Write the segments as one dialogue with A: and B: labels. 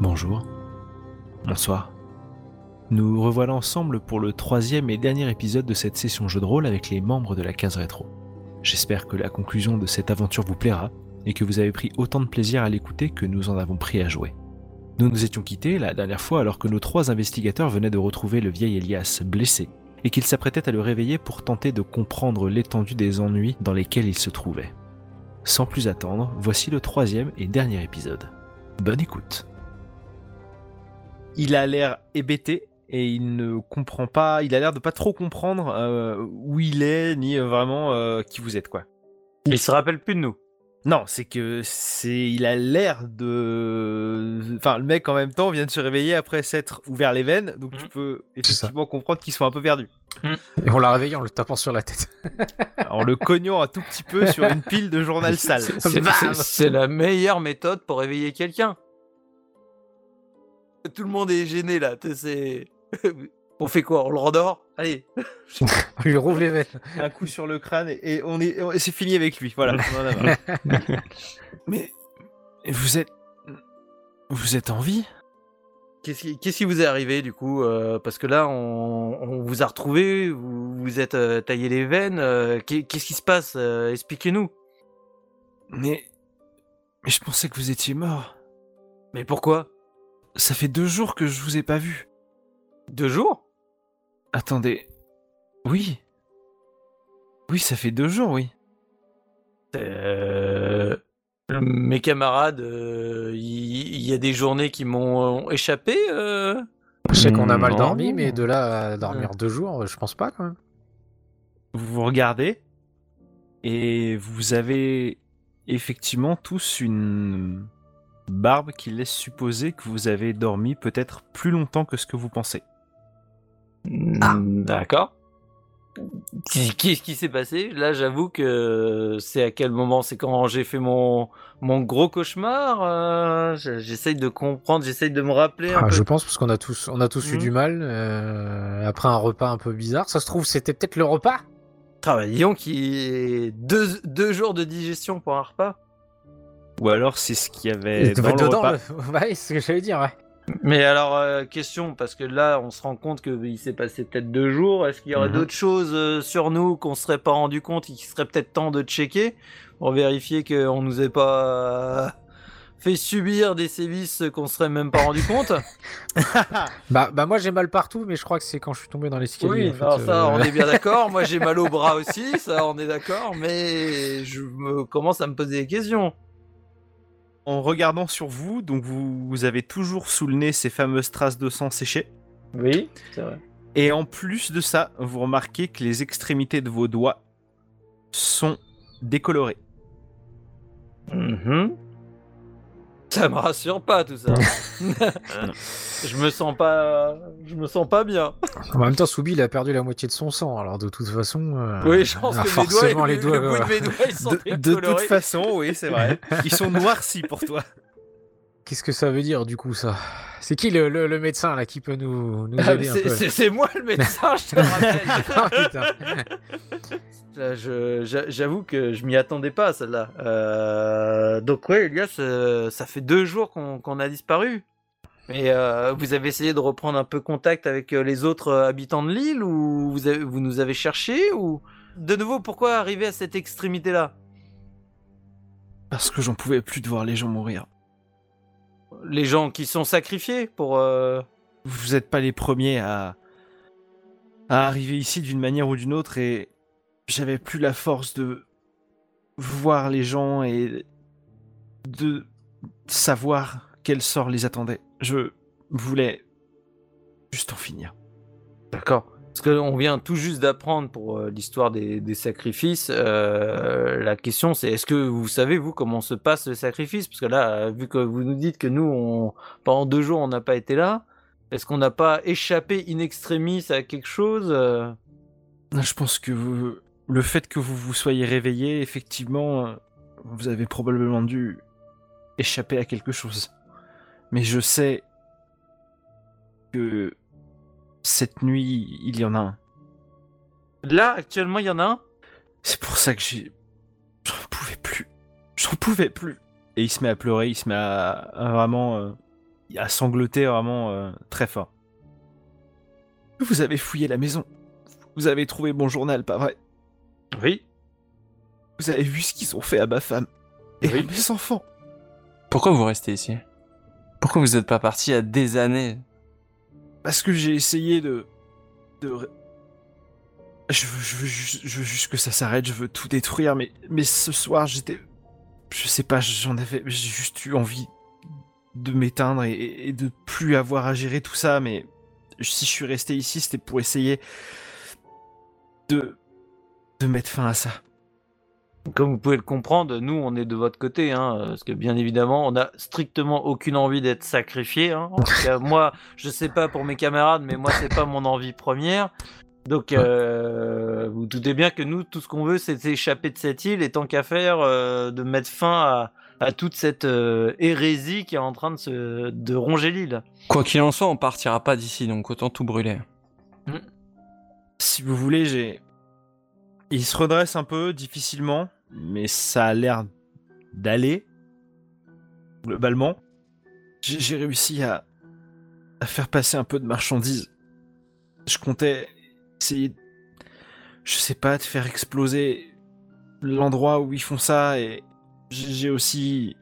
A: Bonjour. Bonsoir. Nous revoilà ensemble pour le troisième et dernier épisode de cette session jeu de rôle avec les membres de la case rétro. J'espère que la conclusion de cette aventure vous plaira et que vous avez pris autant de plaisir à l'écouter que nous en avons pris à jouer. Nous nous étions quittés la dernière fois alors que nos trois investigateurs venaient de retrouver le vieil Elias blessé et qu'ils s'apprêtaient à le réveiller pour tenter de comprendre l'étendue des ennuis dans lesquels il se trouvait. Sans plus attendre, voici le troisième et dernier épisode. Bonne écoute. Il a l'air hébété et il ne comprend pas, il a l'air de pas trop comprendre euh, où il est ni vraiment euh, qui vous êtes quoi.
B: Il se rappelle plus de nous.
A: Non, c'est que c'est, il a l'air de, enfin, le mec en même temps vient de se réveiller après s'être ouvert les veines, donc tu
B: Mhm.
A: peux
C: ça.
A: effectivement comprendre qu'il soit un peu perdu.
C: Et on l'a réveillé en le tapant sur la tête.
A: En le cognant un tout petit peu sur une pile de journal sale.
B: C'est- c'est- C'est la meilleure méthode pour réveiller quelqu'un. Tout le monde est gêné là. tu sais, c'est- On fait quoi On le rendort Allez.
C: On lui rouvre les veines.
A: Un coup sur le crâne et, et on est, on- c'est fini avec lui. Voilà. on en a marre. Mais vous êtes, vous êtes en vie
B: Qu'est-ce qui, qu'est-ce qui vous est arrivé du coup Euh, Parce que là, on, on vous a retrouvé, vous vous êtes euh, taillé les veines. euh, qu'est- Qu'est-ce qui se passe Euh, Expliquez-nous.
A: Mais, mais je pensais que vous étiez mort.
B: Mais pourquoi
A: Ça fait deux jours que je vous ai pas vu.
B: Deux jours
A: Attendez. Oui. Oui, ça fait deux jours, oui.
B: Euh, Mes camarades, euh, il il y, a des journées qui m'ont euh, échappé. euh.
C: Je sais qu'on a mal
D: Non.
C: dormi, mais de là à dormir deux jours, je pense pas quand même.
A: Vous vous regardez et vous avez effectivement tous une barbe qui laisse supposer que vous avez dormi peut-être plus longtemps que ce que vous pensez.
B: Ah. D'accord. Qu'est- Qu'est-ce qui s'est passé Là, j'avoue que c'est à quel moment C'est quand j'ai fait mon, mon gros cauchemar euh, je- J'essaye de comprendre, j'essaye de me rappeler. un
C: Ah,
B: peu.
C: je pense parce qu'on a tous, on a tous eu
B: Mhm.
C: du mal euh, après un repas un peu bizarre. Ça se trouve, c'était peut-être le repas.
B: Travaillons qui deux, deux jours de digestion pour un repas.
A: Ou alors c'est ce qu'il y
C: Il
A: avait
C: devait
A: dans
C: être
A: le
C: dedans,
A: repas.
C: le- Ouais, c'est ce que j'allais dire. Ouais.
B: Mais alors, euh, question, parce que là, on se rend compte qu'il s'est passé peut-être deux jours. Est-ce qu'il y aurait
A: Mhm.
B: d'autres choses euh, sur nous qu'on ne serait pas rendu compte et qu'il serait peut-être temps de checker pour vérifier qu'on nous ait pas euh, fait subir des sévices qu'on serait même pas rendu compte
C: Bah, bah moi j'ai mal partout, mais je crois que c'est quand je suis tombé dans l'escalier. en fait,
B: alors ça,
C: euh,
B: on est bien d'accord. Moi, j'ai mal au bras aussi, ça, on est d'accord. Mais je me commence à me poser des questions.
A: En regardant sur vous, donc vous, vous avez toujours sous le nez ces fameuses traces de sang séché.
B: Oui, c'est vrai.
A: Et en plus de ça, vous remarquez que les extrémités de vos doigts sont décolorées.
B: Ça me rassure pas tout ça. je me sens pas, je me sens pas bien.
C: En même temps, Soubi il a perdu la moitié de son sang, alors de toute façon. euh,
B: Oui, je pense
C: ah,
B: que mes doigts,
C: forcément
B: le-
C: les doigts.
B: le bout de mes doigts, ils sont
A: De, de toute
B: décolorés.
A: façon, oui, c'est vrai. Ils sont noircis pour toi.
C: Qu'est-ce que ça veut dire du coup ça C'est qui le, le- le médecin là qui peut nous, nous
B: Ah, mais
C: aider un
B: c'est-
C: peu là
B: c'est- C'est moi le médecin, je te rappelle.
C: Ah, putain.
B: Là, Euh, je- j'a- J'avoue que je m'y attendais pas, celle-là. Euh, donc, oui, Elias, euh, ça fait deux jours qu'on qu'on a disparu. Mais euh, vous avez essayé de reprendre un peu contact avec euh, les autres euh, habitants de l'île ou vous, avez- vous nous avez cherché ou de nouveau pourquoi arriver à cette extrémité-là
A: Parce que j'en pouvais plus de voir les gens mourir.
B: Les gens qui sont sacrifiés pour euh,
A: Vous n'êtes pas les premiers à, à arriver ici d'une manière ou d'une autre et j'avais plus la force de voir les gens et de savoir quel sort les attendait. Je voulais juste en finir.
B: D'accord. Parce qu'on vient tout juste d'apprendre pour euh, l'histoire des, des sacrifices. euh, la question, c'est est-ce que vous savez, vous, comment se passe le sacrifice Parce que là, euh, vu que vous nous dites que nous, on- pendant deux jours, on n'a pas été là, est-ce qu'on n'a pas échappé in extremis à quelque chose euh
A: Ah, Je pense que vous- le fait que vous vous soyez réveillé, effectivement, euh, vous avez probablement dû échapper à quelque chose. Mais je sais que cette nuit, il y en a un.
B: Là, actuellement, il y en a un
A: C'est pour ça que j'ai... J'en pouvais plus. J'en pouvais plus. Et il se met à pleurer, il se met à, à vraiment euh, il a sangloté vraiment euh, très fort. Vous avez fouillé la maison. Vous avez trouvé mon journal, pas vrai
B: Oui.
A: Vous avez vu ce qu'ils ont fait à ma femme et à
B: Oui.
A: mes enfants.
D: Pourquoi vous restez ici Pourquoi vous n'êtes pas parti à des années
A: Parce que j'ai essayé de. de. ré- Je veux, je veux juste, je veux juste que ça s'arrête, je veux tout détruire, mais, mais ce soir j'étais. Je sais pas, j'en avais. J'ai juste eu envie de m'éteindre et, et de plus avoir à gérer tout ça, mais si je suis resté ici, c'était pour essayer de. de mettre fin à ça.
B: Comme vous pouvez le comprendre, nous, on est de votre côté, hein, euh, parce que bien évidemment, on n'a strictement aucune envie d'être sacrifié. hein. En tout cas, moi, je sais pas pour mes camarades, mais moi, c'est pas mon envie première. Donc, euh, vous doutez bien que nous, tout ce qu'on veut, c'est s'échapper de cette île, et tant qu'à faire, euh, de mettre fin à, à toute cette euh, hérésie qui est en train de, se, de ronger l'île.
D: Quoi qu'il en soit, on partira pas d'ici, donc autant tout brûler.
A: Si vous voulez, j'ai. Il se redresse un peu difficilement, mais ça a l'air d'aller. Globalement, j'ai j'ai réussi à... à faire passer un peu de marchandises. Je comptais essayer, de- je sais pas, de faire exploser l'endroit où ils font ça et j'ai j'ai aussi.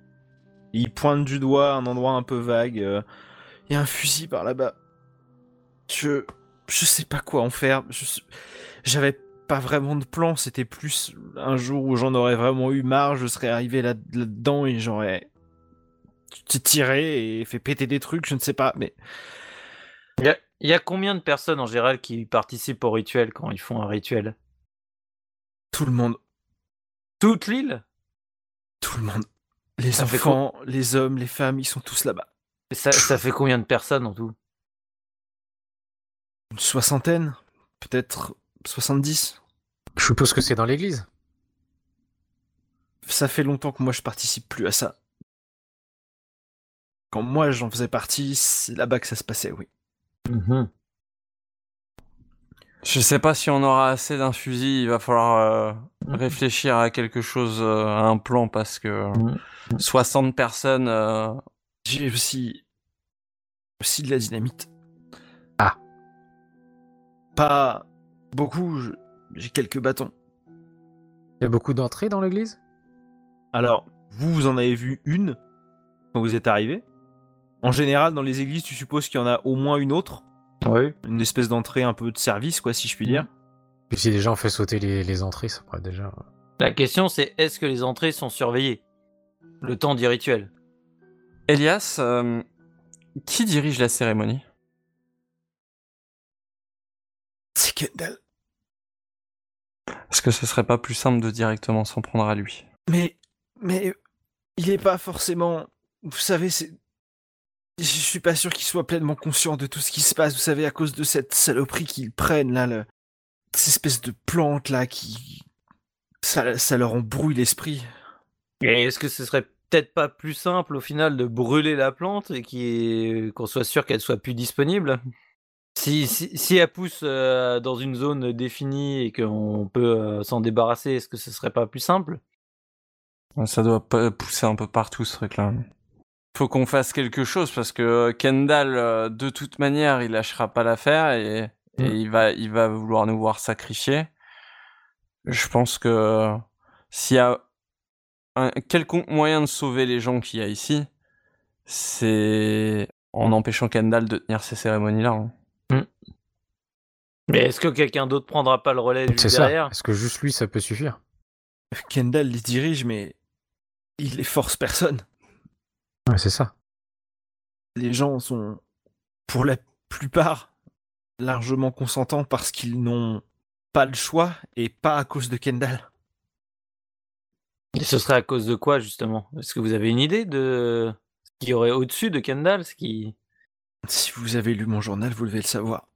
A: Il pointe du doigt un endroit un peu vague. euh, Il y a un fusil par là-bas. Je je sais pas quoi en faire. Je sais- J'avais pas vraiment de plan. C'était plus un jour où j'en aurais vraiment eu marre. Je serais arrivé là- là-dedans et j'aurais t- tiré et fait péter des trucs. Je ne sais pas, mais
B: Il y, a- il y a combien de personnes en général qui participent au rituel quand ils font un rituel
A: tout le monde,
B: Toute l'île
A: tout le monde, les
B: Ça fait
A: enfants, les hommes, les femmes, ils sont tous là-bas.
B: ça, ça fait combien de personnes en tout
A: Une soixantaine, peut-être 70.
C: Je suppose que c'est dans l'église.
A: ça fait longtemps que moi je participe plus à ça. Quand moi j'en faisais partie, c'est là-bas que ça se passait, oui.
C: Mhm.
D: Je sais pas si on aura assez d'un fusil, il va falloir euh, réfléchir à quelque chose, euh, à un plan, parce que
B: Mhm.
D: 60 personnes, euh,
A: J'ai aussi aussi de la dynamite.
C: Ah.
A: Pas beaucoup, je- j'ai quelques bâtons.
C: Il y a beaucoup d'entrées dans l'église
A: Alors, vous, vous en avez vu une quand vous êtes arrivé. En général, dans les églises, tu supposes qu'il y en a au moins une autre,
B: Oui.
A: une espèce d'entrée un peu de service, quoi, si je puis dire.
C: Puis si les gens fait sauter les, les entrées, ça pourrait déjà.
B: La question c'est est-ce que les entrées sont surveillées Le temps du rituel.
D: Elias, euh, qui dirige la cérémonie
A: C'est Kendall.
D: Est-ce que ce serait pas plus simple de directement s'en prendre à lui
A: Mais, mais, il est pas forcément. Vous savez, c'est. Je suis pas sûr qu'il soit pleinement conscient de tout ce qui se passe, vous savez, à cause de cette saloperie qu'ils prennent, là, le... cette espèce de plante, là, qui. Ça, ça leur embrouille l'esprit.
B: Et est-ce que ce serait peut-être pas plus simple au final de brûler la plante et qui- qu'on soit sûr qu'elle soit plus disponible si, si, si elle pousse euh, dans une zone définie et qu'on peut euh, s'en débarrasser, est-ce que ce serait pas plus simple
D: Ça doit pas pousser un peu partout ce truc-là. Faut qu'on fasse quelque chose parce que Kendall, euh, de toute manière, il lâchera pas l'affaire et, et
B: Mm.
D: il, va, il va vouloir nous voir sacrifier. Je pense que s'il y a un quelconque moyen de sauver les gens qu'il y a ici, c'est en empêchant Kendall de tenir ces cérémonies-là. hein.
B: Mais est-ce que quelqu'un d'autre prendra pas le relais
C: C'est
B: juste
C: ça.
B: derrière
C: Est-ce que juste lui, ça peut suffire
A: Kendall les dirige, mais. Il les force personne.
C: Ouais, c'est ça.
A: les gens sont, pour la plupart, largement consentants parce qu'ils n'ont pas le choix et pas à cause de Kendall.
B: Et ce serait à cause de quoi justement Est-ce que vous avez une idée de ce qu'il y aurait au-dessus de Kendall ce qui...
A: Si vous avez lu mon journal, vous devez le savoir.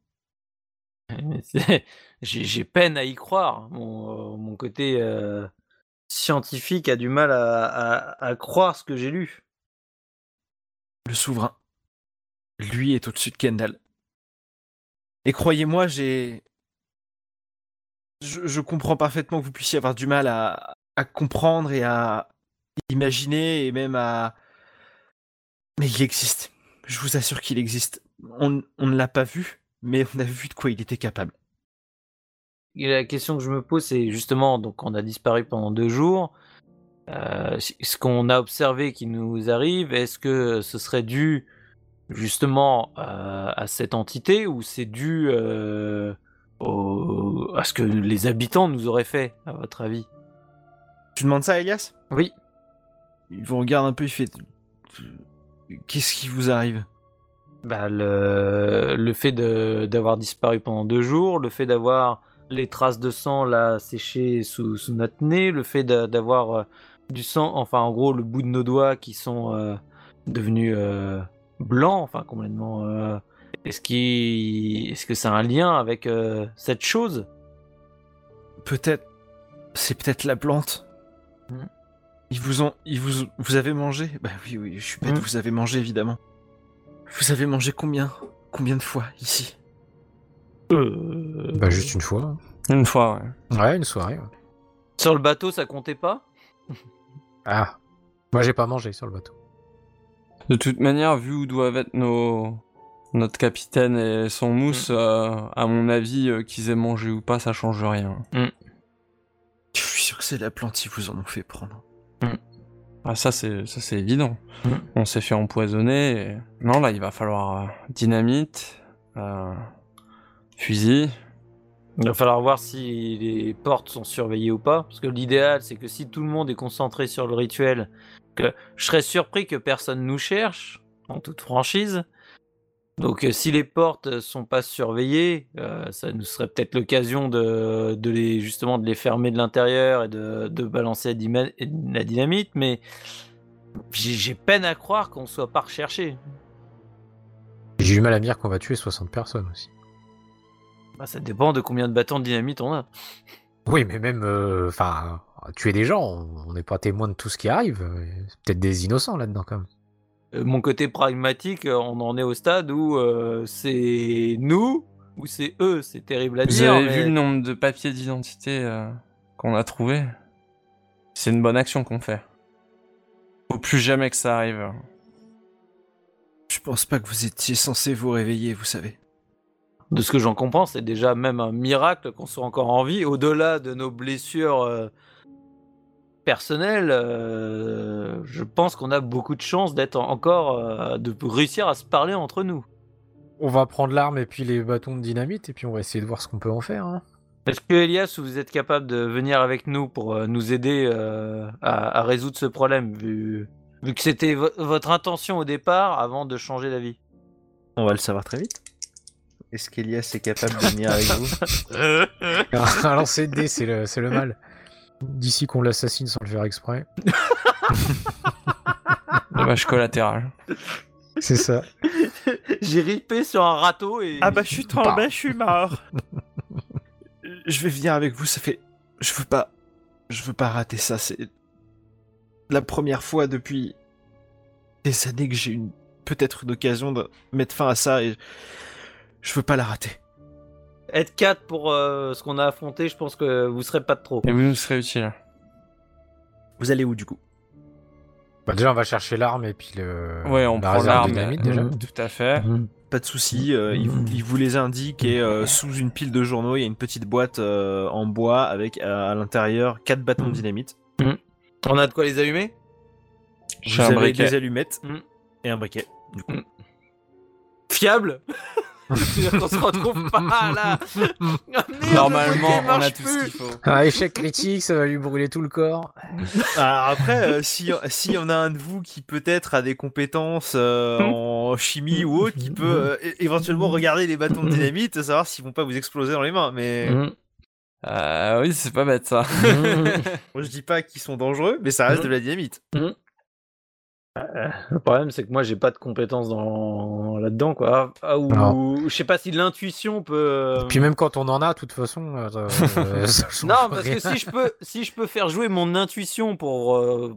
B: C'est- J'ai j'ai peine à y croire. Mon, euh, mon côté euh, scientifique a du mal à, à- à croire ce que j'ai lu.
A: Le souverain, lui, est au-dessus de Kendall. Et croyez-moi, j'ai... Je, je comprends parfaitement que vous puissiez avoir du mal à, à comprendre et à imaginer et même à... Mais il existe. Je vous assure qu'il existe. On, on ne l'a pas vu, mais on a vu de quoi il était capable.
B: Et la question que je me pose, c'est justement, donc on a disparu pendant deux jours. Euh, ce qu'on a observé qui nous arrive, est-ce que ce serait dû justement euh, à cette entité ou c'est dû euh, au- à ce que les habitants nous auraient fait, à votre avis
A: Tu demandes ça, Elias
B: Oui.
A: Il vous regarde un peu, il fait. Qu'est-ce qui vous arrive
B: Bah, le, le fait de- d'avoir disparu pendant deux jours, le fait d'avoir les traces de sang là séchées sous, sous notre nez, le fait d'a- d'avoir euh, du sang, enfin en gros le bout de nos doigts qui sont euh, devenus euh, blancs, enfin complètement. euh, Est-ce qui, est-ce que c'est un lien avec euh, cette chose
A: Peut-être. C'est peut-être la plante.
B: Hmm.
A: Ils vous ont. Ils vous. Vous avez mangé Bah oui, oui, je suis bête,
B: Hmm.
A: vous avez mangé évidemment. Vous avez mangé combien Combien de fois ici
C: Bah, juste une fois. hein.
D: Une fois, ouais.
C: Ouais, une soirée. ouais.
B: Sur le bateau, ça comptait pas
C: Ah. Moi, j'ai pas mangé sur le bateau.
D: De toute manière, vu où doivent être nos... notre capitaine et son mousse,
B: Mm.
D: euh, à mon avis, euh, qu'ils aient mangé ou pas, ça change rien.
A: Je suis sûr que c'est la plante, ils vous en ont fait prendre.
D: Ah, ça, c'est ça, c'est évident.
B: Mm.
D: On s'est fait empoisonner. et- Non, là, il va falloir euh, dynamite, euh, fusil.
B: Il va falloir voir si les portes sont surveillées ou pas. Parce que l'idéal, c'est que si tout le monde est concentré sur le rituel, que je serais surpris que personne nous cherche, en toute franchise. Donc euh, si les portes euh, sont pas surveillées, euh, ça nous serait peut-être l'occasion de, de les justement de les fermer de l'intérieur et de, de balancer la, dyma- la dynamite, mais j'ai j'ai peine à croire qu'on soit pas recherché.
C: J'ai du mal à me dire qu'on va tuer 60 personnes aussi.
B: Bah, ça dépend de combien de bâtons de dynamite on a.
C: Oui, mais même, euh, enfin, tuer des gens, on on n'est pas témoin de tout ce qui arrive. C'est peut-être des innocents là-dedans quand même.
B: Euh, mon côté pragmatique, euh, on en est au stade où euh, c'est nous ou c'est eux, c'est terrible à
D: Vous
B: dire.
D: avez
B: mais-
D: vu le nombre de papiers d'identité euh, qu'on a trouvé C'est une bonne action qu'on fait. Faut plus jamais que ça arrive.
A: Je pense pas que vous étiez censé vous réveiller, vous savez.
B: De ce que j'en comprends, c'est déjà même un miracle qu'on soit encore en vie, au-delà de nos blessures euh, personnelles. euh, je pense qu'on a beaucoup de chance d'être en- encore, euh, de réussir à se parler entre nous.
C: On va prendre l'arme et puis les bâtons de dynamite et puis on va essayer de voir ce qu'on peut en faire. hein.
B: Est-ce que Elias, vous êtes capable de venir avec nous pour euh, nous aider euh, à, à résoudre ce problème, vu, vu que c'était vo- votre intention au départ avant de changer d'avis
A: On va le savoir très vite. Est-ce qu'Elias est capable de venir avec vous
C: Un lancer de dés, c'est le, c'est le mal. D'ici qu'on l'assassine sans le faire exprès.
D: Dommage collatéral.
C: C'est ça.
B: J'ai ripé sur un râteau et.
A: Ah bah je suis
C: Bah.
A: tombé, je suis mort. je vais venir avec vous, ça fait je veux pas je veux pas rater ça, c'est la première fois depuis des années que j'ai une peut-être une occasion de mettre fin à ça et je veux pas la rater.
B: Être 4 pour euh, ce qu'on a affronté, je pense que vous serez pas de trop.
D: Et vous nous serez utile.
A: Vous allez où du coup
C: Bah, déjà, on va chercher l'arme et puis le.
D: Ouais, on prend
C: la Bah, réserve de
D: l'arme.
C: dynamite déjà.
D: euh, Tout à fait.
A: Pas de souci, euh, il, vous, il vous les indique et euh, sous une pile de journaux, il y a une petite boîte euh, en bois avec euh, à l'intérieur quatre bâtons de dynamite.
B: On a de quoi les allumer
D: J'ai
A: vous
D: un
A: avez
D: briquet.
A: des allumettes
B: Mm.
A: et un briquet.
B: Fiable C'est-à-dire qu'on se retrouve pas là Oh,
D: Normalement, on a tout
B: tous
D: ce qu'il faut.
C: Un échec critique, ça va lui brûler tout le corps.
A: Alors après, euh, si s'il y en a un de vous qui peut-être a des compétences euh, en chimie ou autre, qui peut euh, é- éventuellement regarder les bâtons de dynamite, savoir s'ils vont pas vous exploser dans les mains. Mais
C: Hmm.
D: Mm. Euh, oui, c'est pas bête ça.
A: Moi, je dis pas qu'ils sont dangereux, mais ça reste de la dynamite.
B: Le problème, c'est que moi, j'ai pas de compétences dans... là-dedans, quoi. Ah, ou je sais pas si l'intuition peut. euh,
C: Puis même quand on en a, de toute façon. euh, euh, ça change
B: Non, parce
C: rien.
B: que si je peux, si je peux faire jouer mon intuition pour euh,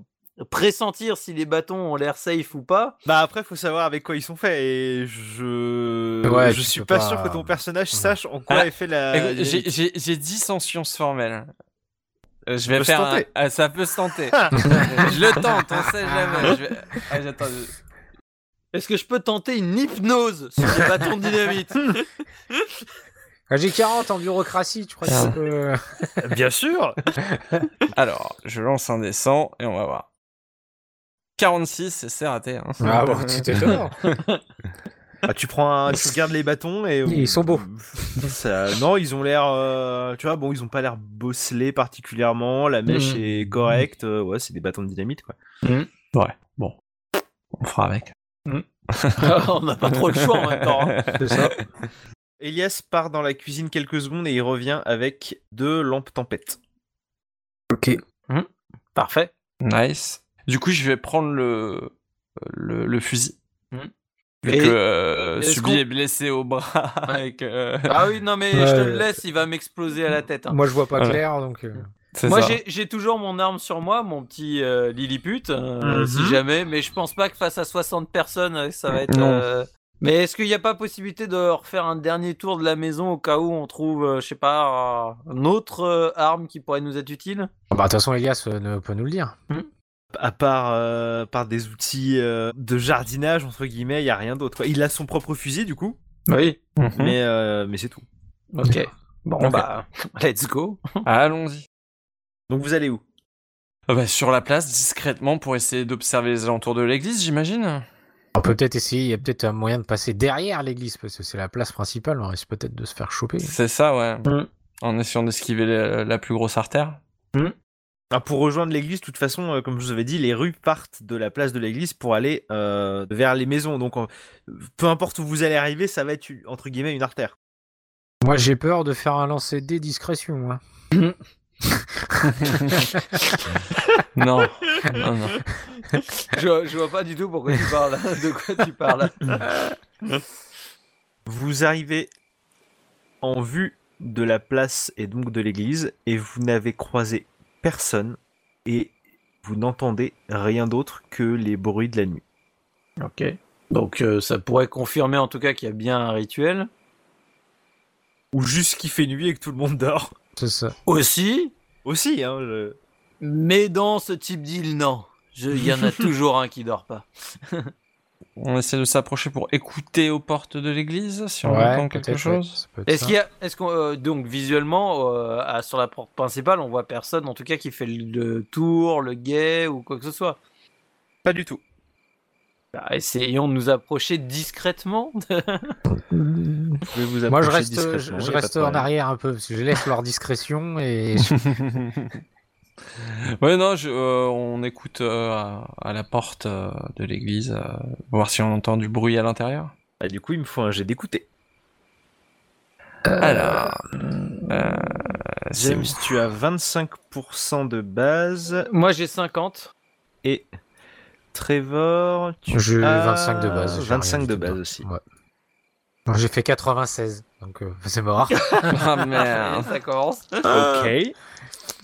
B: pressentir si les bâtons ont l'air safe ou pas.
A: Bah après, faut savoir avec quoi ils sont faits. Et je
C: Ouais,
A: je
C: tu
A: suis
C: peux
A: pas,
C: pas-
A: sûr que ton personnage
C: Ouais.
A: sache en quoi
D: Ah,
A: est fait la.
D: Écoute,
A: dynamite.
D: J'ai j'ai- j'ai 10 en sciences formelles. Euh, je vais
A: peut se
D: faire. un-
A: tenter.
D: Ah, ça peut se tenter. je le tente, on sait jamais. Je vais- Ah, j'attends, je-
B: Est-ce que je peux tenter une hypnose sur les bâtons de dynamite
C: Ah, J'ai 40 en bureaucratie, tu crois que
D: Ah.
C: tu peux-
B: Bien sûr
D: Alors, je lance un dessin et on va voir. 46, c'est- c'est raté. hein.
C: Ah bon, tu t'étonnes.
A: Ah, tu prends, un- tu gardes les bâtons et
C: Ils sont beaux.
A: Ça- non, ils ont l'air, euh, tu vois, bon, ils ont pas l'air bosselés particulièrement. La mèche
C: Mm.
D: Mhm.
A: est correcte. euh, ouais, c'est des bâtons de dynamite quoi.
D: Ouais, bon. On fera avec.
B: On n'a pas trop le choix en même temps. hein.
A: Elias part dans la cuisine quelques secondes et il revient avec deux lampes tempête.
C: Ok.
B: Parfait.
D: Nice. Du coup, je vais prendre le, le, le fusil.
B: Hmm.
D: Vu
B: Et-
D: que euh,
B: est-ce
D: Subi
B: qu'on-
D: est blessé au bras avec. euh,
B: Ah oui, non mais
C: Ouais.
B: je te le laisse, il va m'exploser à la tête. hein.
C: Moi, je vois pas
D: Ouais.
C: clair, donc. euh,
D: c'est
B: Moi,
D: ça.
B: j'ai- j'ai toujours mon arme sur moi, mon petit euh, Lilliput, euh,
A: Mhm.
B: si jamais, mais je pense pas que face à 60 personnes, euh, ça va être.
D: Non.
B: euh, Mais est-ce qu'il n'y a pas possibilité de refaire un dernier tour de la maison au cas où on trouve, euh, je sais pas, euh, une autre euh, arme qui pourrait nous être utile
C: Bah, de toute façon, Elias euh, ne peut nous le dire.
A: À part, euh, par des outils euh, de jardinage entre guillemets, il y a rien d'autre. quoi. Il a son propre fusil du coup,
B: Oui.
D: Mhm.
C: Mm.
A: mais euh, mais c'est tout.
B: Ok. Bon,
D: Ok.
B: bah, let's go.
D: Allons-y.
A: Donc vous allez où
D: Ah bah, sur la place, discrètement, pour essayer d'observer les alentours de l'église, j'imagine.
C: On peut peut-être essayer, il y a peut-être un moyen de passer derrière l'église, parce que c'est la place principale, on risque peut-être de se faire choper.
D: C'est ça, ouais.
B: Hmm.
D: En essayant d'esquiver la, la plus grosse artère.
A: Ah, pour rejoindre l'église, de toute façon, euh, comme je vous avais dit, les rues partent de la place de l'église pour aller euh, vers les maisons. Donc, euh, peu importe où vous allez arriver, ça va être entre guillemets une artère.
C: Moi, j'ai peur de faire un lancer des discrétion. hein.
D: non. non, non.
B: Je, je vois pas du tout pourquoi tu parles, hein, de quoi tu parles.
A: Vous arrivez en vue de la place et donc de l'église, et vous n'avez croisé personne, et vous n'entendez rien d'autre que les bruits de la nuit.
B: Ok. Donc, euh, ça pourrait confirmer en tout cas qu'il y a bien un rituel.
A: Ou juste qu'il fait nuit et que tout le monde dort.
C: C'est ça.
B: Aussi,
A: Aussi, hein. je-
B: mais dans ce type d'île, non. Je- Il y en a toujours un qui dort pas.
D: On essaie de s'approcher pour écouter aux portes de l'église, si on
C: Ouais,
D: entend quelque
C: peut-être, ouais,
D: chose.
C: ça peut être
B: Est-ce
C: ça.
B: qu'il y a, est-ce qu'on, euh, donc visuellement, euh, à- sur la porte principale, on voit personne, en tout cas, qui fait le, le tour, le guet ou quoi que ce soit.
A: Pas du tout.
B: Bah, essayons de nous approcher discrètement.
A: Vous pouvez vous
C: Moi, je
A: approcher
C: reste, euh, je,
A: discrètement,
C: je
A: y a pas de
C: reste en
A: problème.
C: arrière un peu, parce que je laisse leur discrétion et je-
D: ouais, non, je- euh, on écoute euh, à, à la porte euh, de l'église, euh, voir si on entend du bruit à l'intérieur.
A: Bah, du coup, il me faut un jet d'écouter.
D: Alors. euh, c'est
A: James, tu as 25% de base
B: Moi, j'ai 50.
A: et Trevor, tu
C: j'ai
A: as
C: 25 de base. j'ai rien
A: 25
C: du
A: Euh, de
C: tout
A: base
C: dedans.
A: aussi.
C: Ouais. Non, J'ai fait 96, donc euh, c'est mort.
D: où Ah
B: Allez,
D: merde.
B: ça commence.
A: Ok.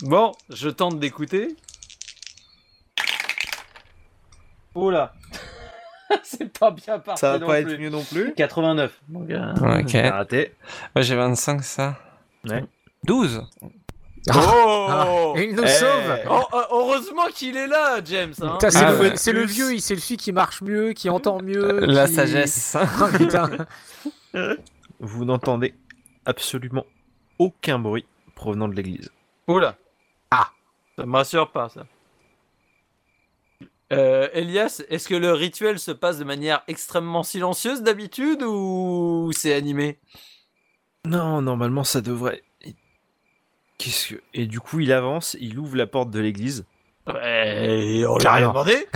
B: Bon, je tente d'écouter.
A: Oh là,
B: C'est pas bien parti
A: ça va
B: non
A: pas
B: plus.
A: être mieux non plus.
B: 89.
D: Ok.
A: T'as raté.
D: Ouais, j'ai 25, ça.
A: Ouais.
D: 12.
B: Oh
C: Et Ah, il nous
A: Eh.
C: sauve
B: Oh, euh, heureusement qu'il est là, James. hein.
C: Putain, C'est
D: Ah
C: le,
D: ouais.
C: c'est le vieux, il- c'est le celui qui marche mieux, qui entend mieux.
D: Euh, La
C: qui-
D: sagesse.
C: Oh, putain.
A: Vous n'entendez absolument aucun bruit provenant de l'église.
B: Oula.
C: Ah.
B: Oh Ça me rassure pas, ça. Euh, Elias, est-ce que le rituel se passe de manière extrêmement silencieuse d'habitude ou c'est animé
A: Non, normalement, ça devrait. Qu'est-ce que. Et du coup, il avance, il ouvre la porte de l'église.
B: Ouais, on
C: l'a rien
B: demandé.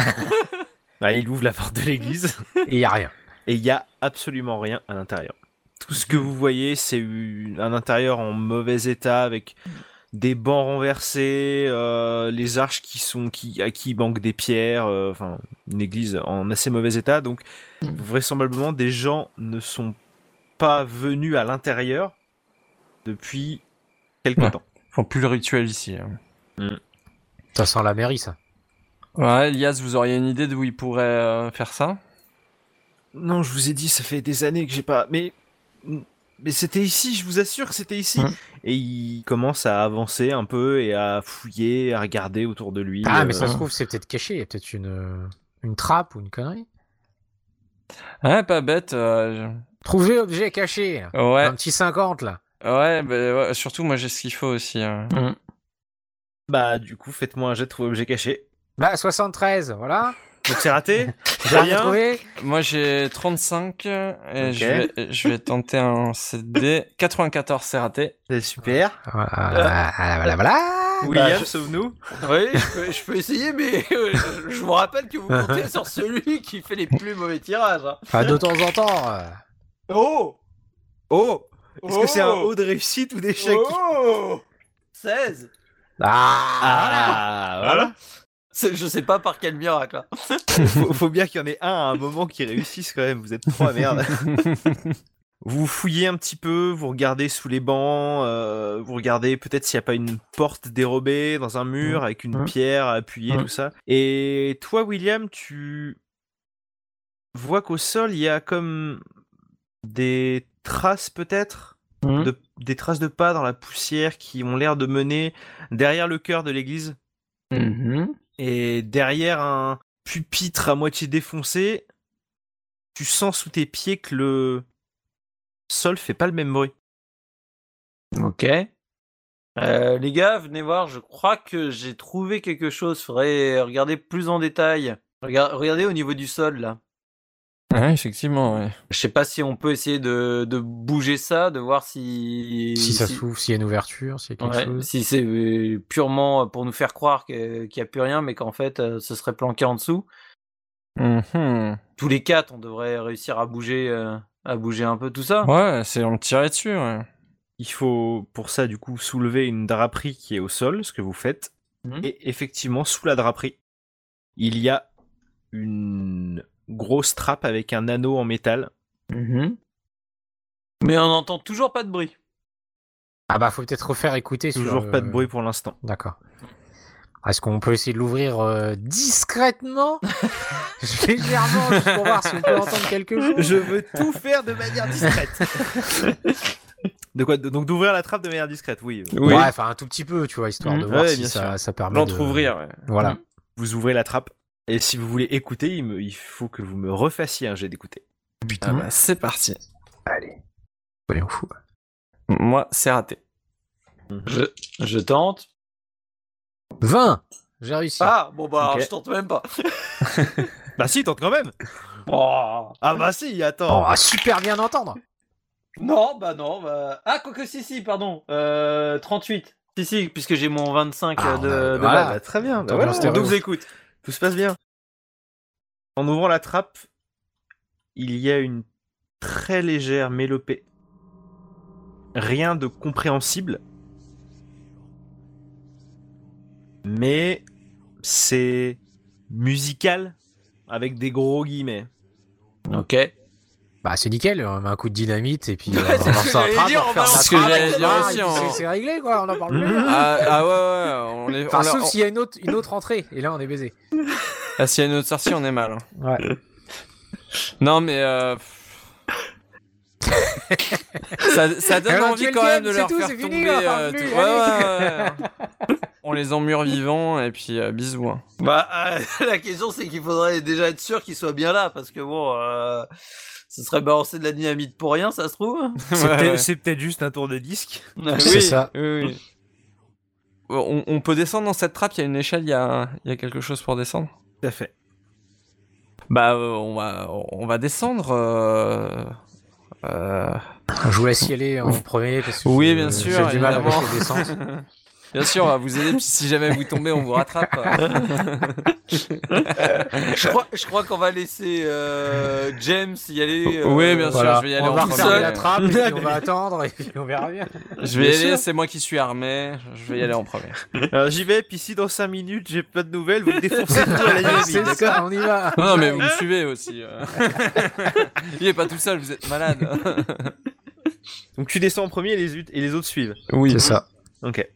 A: Bah, il ouvre la porte de l'église.
C: Et il n'y a rien.
A: et il y a absolument rien à l'intérieur. Tout ce que vous voyez, c'est une- un intérieur en mauvais état avec des bancs renversés, euh, les arches qui sont qui à qui manquent des pierres, euh, enfin une église en assez mauvais état. Donc vraisemblablement des gens ne sont pas venus à l'intérieur depuis quelque
D: Ouais.
A: temps.
D: Faut plus le rituel ici. hein.
C: Ça sent la mairie, ça.
D: Ouais, Elias, vous auriez une idée d'où il pourrait euh, faire ça
A: Non, je vous ai dit, ça fait des années que j'ai pas. Mais mais c'était ici, je vous assure que c'était ici.
C: Hum.
D: Mm.
A: Et il commence à avancer un peu et à fouiller, à regarder autour de lui.
C: Ah, mais
A: euh,
C: euh, ça se trouve, c'est peut-être caché. Il y a peut-être une, une trappe ou une connerie.
D: Ouais, pas bête. euh,
C: Trouver objet caché. là.
D: je- Ouais,
C: Un petit 50 là.
D: ouais, bah, ouais, surtout moi j'ai ce qu'il faut aussi. hein.
B: Hmm.
A: Bah, du coup, faites-moi un jet de trouver objet caché.
C: Bah 73, voilà.
A: Donc c'est raté
C: J'ai rien
A: Rien.
C: trouvé.
D: Moi j'ai 35 euh, et
A: Ok.
D: je, vais, je vais tenter un CD. 94 c'est raté.
A: C'est super.
C: Voilà, voilà, voilà, voilà.
A: William,
B: je-
A: sauve-nous.
B: Oui, je peux, je peux essayer, mais euh, je- je vous rappelle que vous comptez sur celui qui fait les plus mauvais tirages. hein.
C: Enfin, de temps en temps. euh,
B: Oh Oh
A: Est-ce que c'est un haut de réussite ou d'échec
B: Oh 16
C: Ah,
A: Ah,
B: voilà. C'est- Je sais pas par quel miracle. hein.
A: faut, faut bien qu'il y en ait un à un moment qui réussisse quand même. Vous êtes trois merde. vous fouillez un petit peu, vous regardez sous les bancs, euh, vous regardez peut-être s'il n'y a pas une porte dérobée dans un mur avec une
B: Mhm.
A: pierre appuyée,
B: Mhm.
A: tout ça. Et toi, William, tu vois qu'au sol il y a comme des traces peut-être.
B: Mhm.
A: de- des traces de pas dans la poussière qui ont l'air de mener derrière le cœur de l'église
B: Mm-hmm.
A: et derrière un pupitre à moitié défoncé, tu sens sous tes pieds que le sol fait pas le même bruit.
B: Ok. Euh, les gars, venez voir, je crois que j'ai trouvé quelque chose. Faudrait regarder plus en détail. Rega- regardez au niveau du sol, là.
D: Ouais, effectivement, ouais.
B: Je sais pas si on peut essayer de, de bouger ça, de voir si.
C: Si ça s'ouvre, s'il y a une ouverture, s'il y a quelque
B: Ouais,
C: chose.
B: si c'est euh, purement pour nous faire croire que- qu'il n'y a plus rien, mais qu'en fait, euh, ce serait planqué en dessous.
D: Mhm.
B: Tous les quatre, on devrait réussir à bouger, euh, à bouger un peu tout ça.
D: Ouais, c'est on le tirait dessus. ouais.
A: Il faut pour ça du coup soulever une draperie qui est au sol, ce que vous faites.
B: Mhm.
A: Et effectivement, sous la draperie, il y a une grosse trappe avec un anneau en métal.
B: Mhm. Mais on n'entend toujours pas de bruit.
C: Ah bah faut peut-être refaire écouter. sur,
A: Toujours pas de
C: euh,
A: bruit pour l'instant.
C: D'accord. Est-ce qu'on peut essayer de l'ouvrir euh, discrètement Légèrement, juste pour voir si on peut entendre quelque chose
A: Je veux tout faire de manière discrète. de quoi de- Donc d'ouvrir la trappe de manière discrète, oui.
D: Oui.
C: Ouais, enfin un tout petit peu, tu vois, histoire de
A: Mhm.
C: voir
A: Ouais,
C: si
A: bien
C: ça, ça permet de...
D: L'entrouvrir. ouais.
C: Voilà.
A: Vous ouvrez la trappe. Et si vous voulez écouter, il, me- il faut que vous me refassiez un jet d'écouter.
D: Ah bah, c'est parti.
C: Soyons fous.
D: Moi, c'est raté.
B: Je, je tente.
C: 20 J'ai réussi.
B: Ah, bon bah,
A: Ok.
B: je tente même pas.
A: Bah si, tente quand même
B: Oh.
A: Ah bah si,
C: Oh,
A: attends
C: ah, super bien entendre
B: Non, bah non. Bah... Ah, quoique, si, si, pardon. Euh, 38. Si, si, puisque j'ai mon 25
C: Ah,
B: euh, de,
C: on a-
B: de
C: voilà.
B: base.
A: bah, très bien, bah
C: Attends,
A: voilà,
C: bien, stéréo.
A: double écoute. Tout se passe bien. En ouvrant la trappe, il y a une très légère mélopée. Rien de compréhensible. Mais c'est musical avec des gros guillemets.
B: Ok.
C: Bah c'est nickel, on met un coup de dynamite et puis
B: Ouais,
C: euh,
B: c'est ce
C: on lance
B: que
C: un
B: j'allais dire,
C: trappe, on
B: on
C: fait un
B: balance
D: ce que
C: trappe,
D: j'allais
C: on
D: dire
C: repart,
D: aussi,
C: et puis
D: on-
C: c'est- C'est réglé quoi, on en parle plus.
D: ah, ah ouais, ouais, ouais, on les-
C: Enfin
D: on leur-
C: sauf s'il y a une autre, une autre entrée, et là on est baisé.
D: Ah, s'il y a une autre sortie, on est mal. hein.
C: Ouais.
D: Non, mais. euh, ça, ça donne
C: Alors,
D: envie
C: tu
D: quand
C: le
D: même de
C: gagnes,
D: leur
C: c'est tout,
D: faire
C: c'est
D: tomber.
C: fini, on en parle
D: euh,
C: plus,
D: tout- ouais, ouais, ouais, ouais. on les emmure vivants et puis euh, bisous. hein.
B: Bah, euh, la question, c'est qu'il faudrait déjà être sûr qu'il soit bien là, parce que bon, euh, ce serait balancer de la dynamite pour rien, ça se trouve.
A: C'est
D: Ouais,
A: peut-être-
D: ouais.
A: c'est peut-être juste un tour de disque.
C: C'est
D: Oui,
C: ça.
D: oui, oui. On, on peut descendre dans cette trappe, il y a une échelle, il y a, il y a quelque chose pour descendre.
A: Tout à fait.
D: Bah, euh, on, va, on va descendre. euh, euh,
C: Je vous laisse y aller en premier parce que
D: Oui,
C: je-
D: bien sûr,
C: J'ai du mal avec
D: évidemment.
C: les descentes.
D: Bien sûr, on va vous aider, puis si jamais vous tombez, on vous rattrape. euh.
B: Je crois, je crois qu'on va laisser euh, James y aller. euh,
D: oui, bien sûr,
C: voilà.
D: je vais y aller
C: On va
D: en
B: refermer
C: refermer
D: premier.
C: la trappe et puis on va attendre et puis on verra bien.
D: Je vais
A: Bien
D: y aller,
A: sûr.
D: c'est moi qui suis armé, je vais y aller en premier.
A: Alors, J'y vais, puis si dans 5 minutes j'ai pas de nouvelles, vous me défoncez tout à la
C: Ah, C'est
A: dynamite, d'accord
C: ça, on y va.
D: Non, non, mais vous me suivez aussi. euh. Il est pas tout seul, vous êtes malade.
A: Donc tu descends en premier et les, ut- et les autres suivent.
D: Oui,
C: ça.
A: Ok.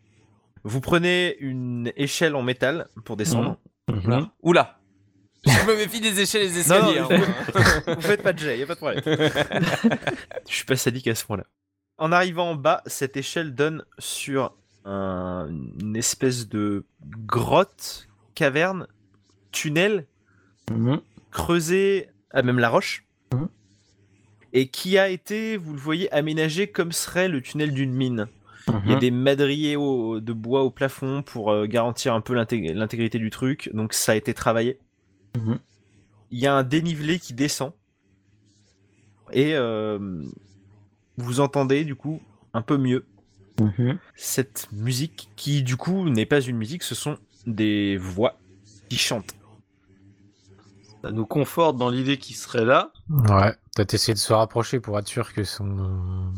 A: Vous prenez une échelle en métal pour descendre.
D: Oula. Oula. Je me méfie des échelles et des
A: Non,
D: escaliers.
A: non,
D: hein,
C: Mhm.
A: Vous faites pas de jet, y a pas de problème. Je suis pas sadique à ce point-là. En arrivant en bas, cette échelle donne sur un- une espèce de grotte,
D: Mhm,
A: caverne, tunnel creusé à même la roche.
B: Mhm.
A: et qui a été, vous le voyez, aménagé comme serait le tunnel d'une mine. Il y a
B: Hein
D: Mhm.
A: des madriers au- de bois au plafond pour euh, garantir un peu l'intég- l'intégrité du truc, donc ça a été travaillé.
B: Mhm.
A: Il y a un dénivelé qui descend, et euh, vous entendez du coup un peu mieux
D: mhm.
A: cette musique qui du coup n'est pas une musique, ce sont des voix qui chantent.
B: Ça nous conforte dans l'idée qu'il serait là.
C: Ouais, peut-être essayer de se rapprocher pour être sûr que son.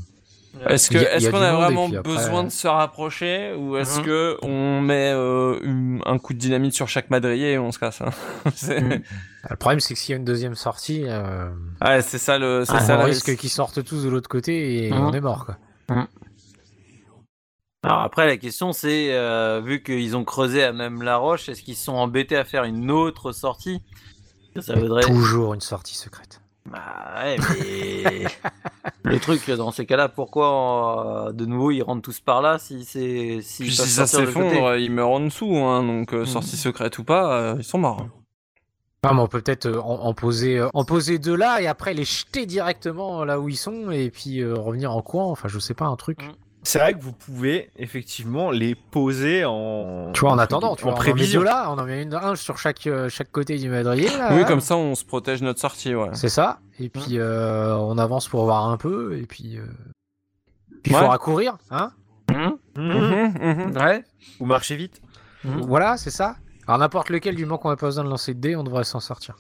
D: Est-ce que-
C: Il y a- il
D: est-ce
C: y a
D: qu'on
C: du
D: a,
C: monde et
D: vraiment
C: puis après- hein.
D: besoin de se rapprocher ou est-ce
B: Mhm.
D: que on met euh, une- un coup de dynamite sur chaque madrier et on se casse hein C'est
C: Mm.
B: Mhm.
C: Ah, Le problème, c'est que s'il y a une deuxième sortie, euh,
D: ouais, c'est ça le c'est
C: on
D: ça Hein. le
C: risque qu'ils sortent tous de l'autre côté et
B: Mhm.
C: on est mort. Quoi.
B: Alors après, la question c'est, euh, vu qu'ils ont creusé à même la roche, est-ce qu'ils se sont embêtés à faire une autre sortie Ça voudrait.
C: Toujours une sortie secrète.
B: Bah ouais, mais. Le truc, dans ces cas-là, pourquoi euh, de nouveau ils rentrent tous par là si c'est. Si
D: Puis si ça s'effondre, euh, ils meurent en dessous, hein, donc euh,
C: Mm.
B: Mhm.
D: sortie secrète ou pas, euh, ils sont morts.
C: Ah, mais on peut peut-être euh, en, en poser, euh, en poser deux là et après les jeter directement là où ils sont et puis euh, revenir en coin. Enfin, je sais pas, un truc.
B: Mhm.
A: C'est vrai que vous pouvez effectivement les poser en.
C: Tu vois, en attendant, tu
A: en
C: vois, on en met
A: prévision.
C: deux là, on en met une, un sur chaque, euh, chaque côté du madrier. là,
D: Oui,
C: là.
D: comme ça on se protège notre sortie, ouais.
C: C'est ça. Et puis euh, on avance pour voir un peu. Et puis. euh, puis il
D: Ouais.
C: faudra courir, hein
A: Mhm.
D: Mhm, mhm.
B: Ouais.
A: Vous marchez vite.
B: Mhm.
C: Voilà, c'est ça. Alors n'importe lequel, du moment qu'on n'a pas besoin de lancer de dés, on devrait s'en sortir.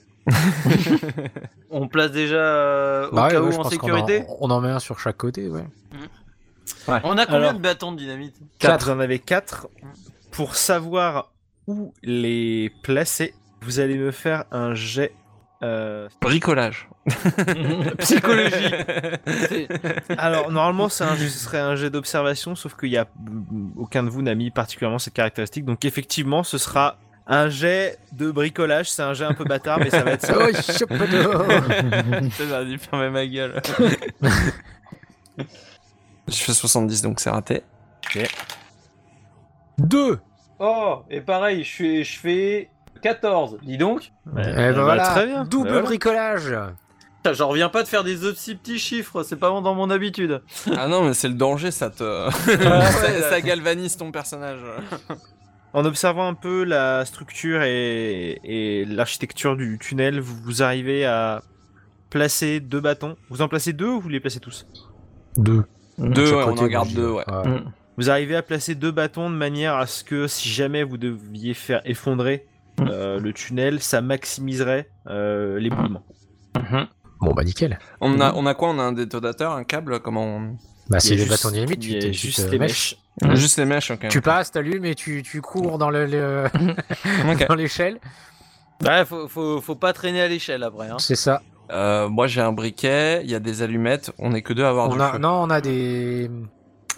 B: On place déjà euh, au
C: Bah ouais,
B: cas
C: ouais,
B: où
C: je
B: en
C: pense qu'on
B: sécurité.
C: en- On en met un sur chaque côté, ouais.
B: On a combien
A: Alors-
B: de bâtons de dynamite
A: Quatre.
C: Quatre.
A: Vous en avez quatre. Pour savoir où les placer, vous allez me faire un jet. euh,
D: Bricolage.
B: Psychologie. C'est-
A: Alors normalement, c'est un, ce serait un jet d'observation, sauf qu'il y a mm, aucun de vous n'a mis particulièrement cette caractéristique. Donc effectivement, ce sera un jet de bricolage. C'est un jet un peu bâtard, mais ça va être ça.
C: Oh, chope de-
D: J'aurais dû fermer ma gueule. Je fais 70 donc c'est raté.
C: Deux
B: Oh, et pareil, je fais, je fais 14, dis donc.
C: Eh
A: Eh
C: ben
A: ben,
C: voilà,
A: très bien.
C: double
A: Eh ben,
C: bricolage
B: Putain, J'en reviens pas de faire des autres si petits chiffres, c'est pas dans mon habitude.
D: Ah non mais c'est le danger, ça te...
B: ouais,
D: ça,
B: là.
D: ça galvanise ton personnage.
A: En observant un peu la structure et, et l'architecture du tunnel, vous, vous arrivez à placer deux bâtons. Vous en placez deux ou vous les placez tous
C: Deux.
D: Deux, ouais, on en garde deux, ouais.
A: Vous arrivez à placer deux bâtons de manière à ce que si jamais vous deviez faire effondrer
C: Hmm.
A: euh, le tunnel, ça maximiserait euh, l'éboulement.
C: Bah, Bon bah nickel.
D: On a, on a quoi On a un détonateur, un câble Comment on...
C: Bah
A: Il
C: c'est
A: y a
C: les
A: juste-
C: bâtons dynamite,
A: il y
C: tu,
A: a
C: t'es- euh, tu
A: juste
C: te
A: les
C: mets-
A: mèches.
D: Juste les mèches, ok.
C: Tu passes, t'allumes et tu, tu cours dans le, le-
D: Ok.
C: dans l'échelle.
B: Ouais, faut, faut, faut pas traîner à l'échelle après. Hein.
C: C'est ça.
D: Euh, moi j'ai un briquet, il y a des allumettes, on est que deux à avoir
C: On
D: du
C: a,
D: feu.
C: non, on a des,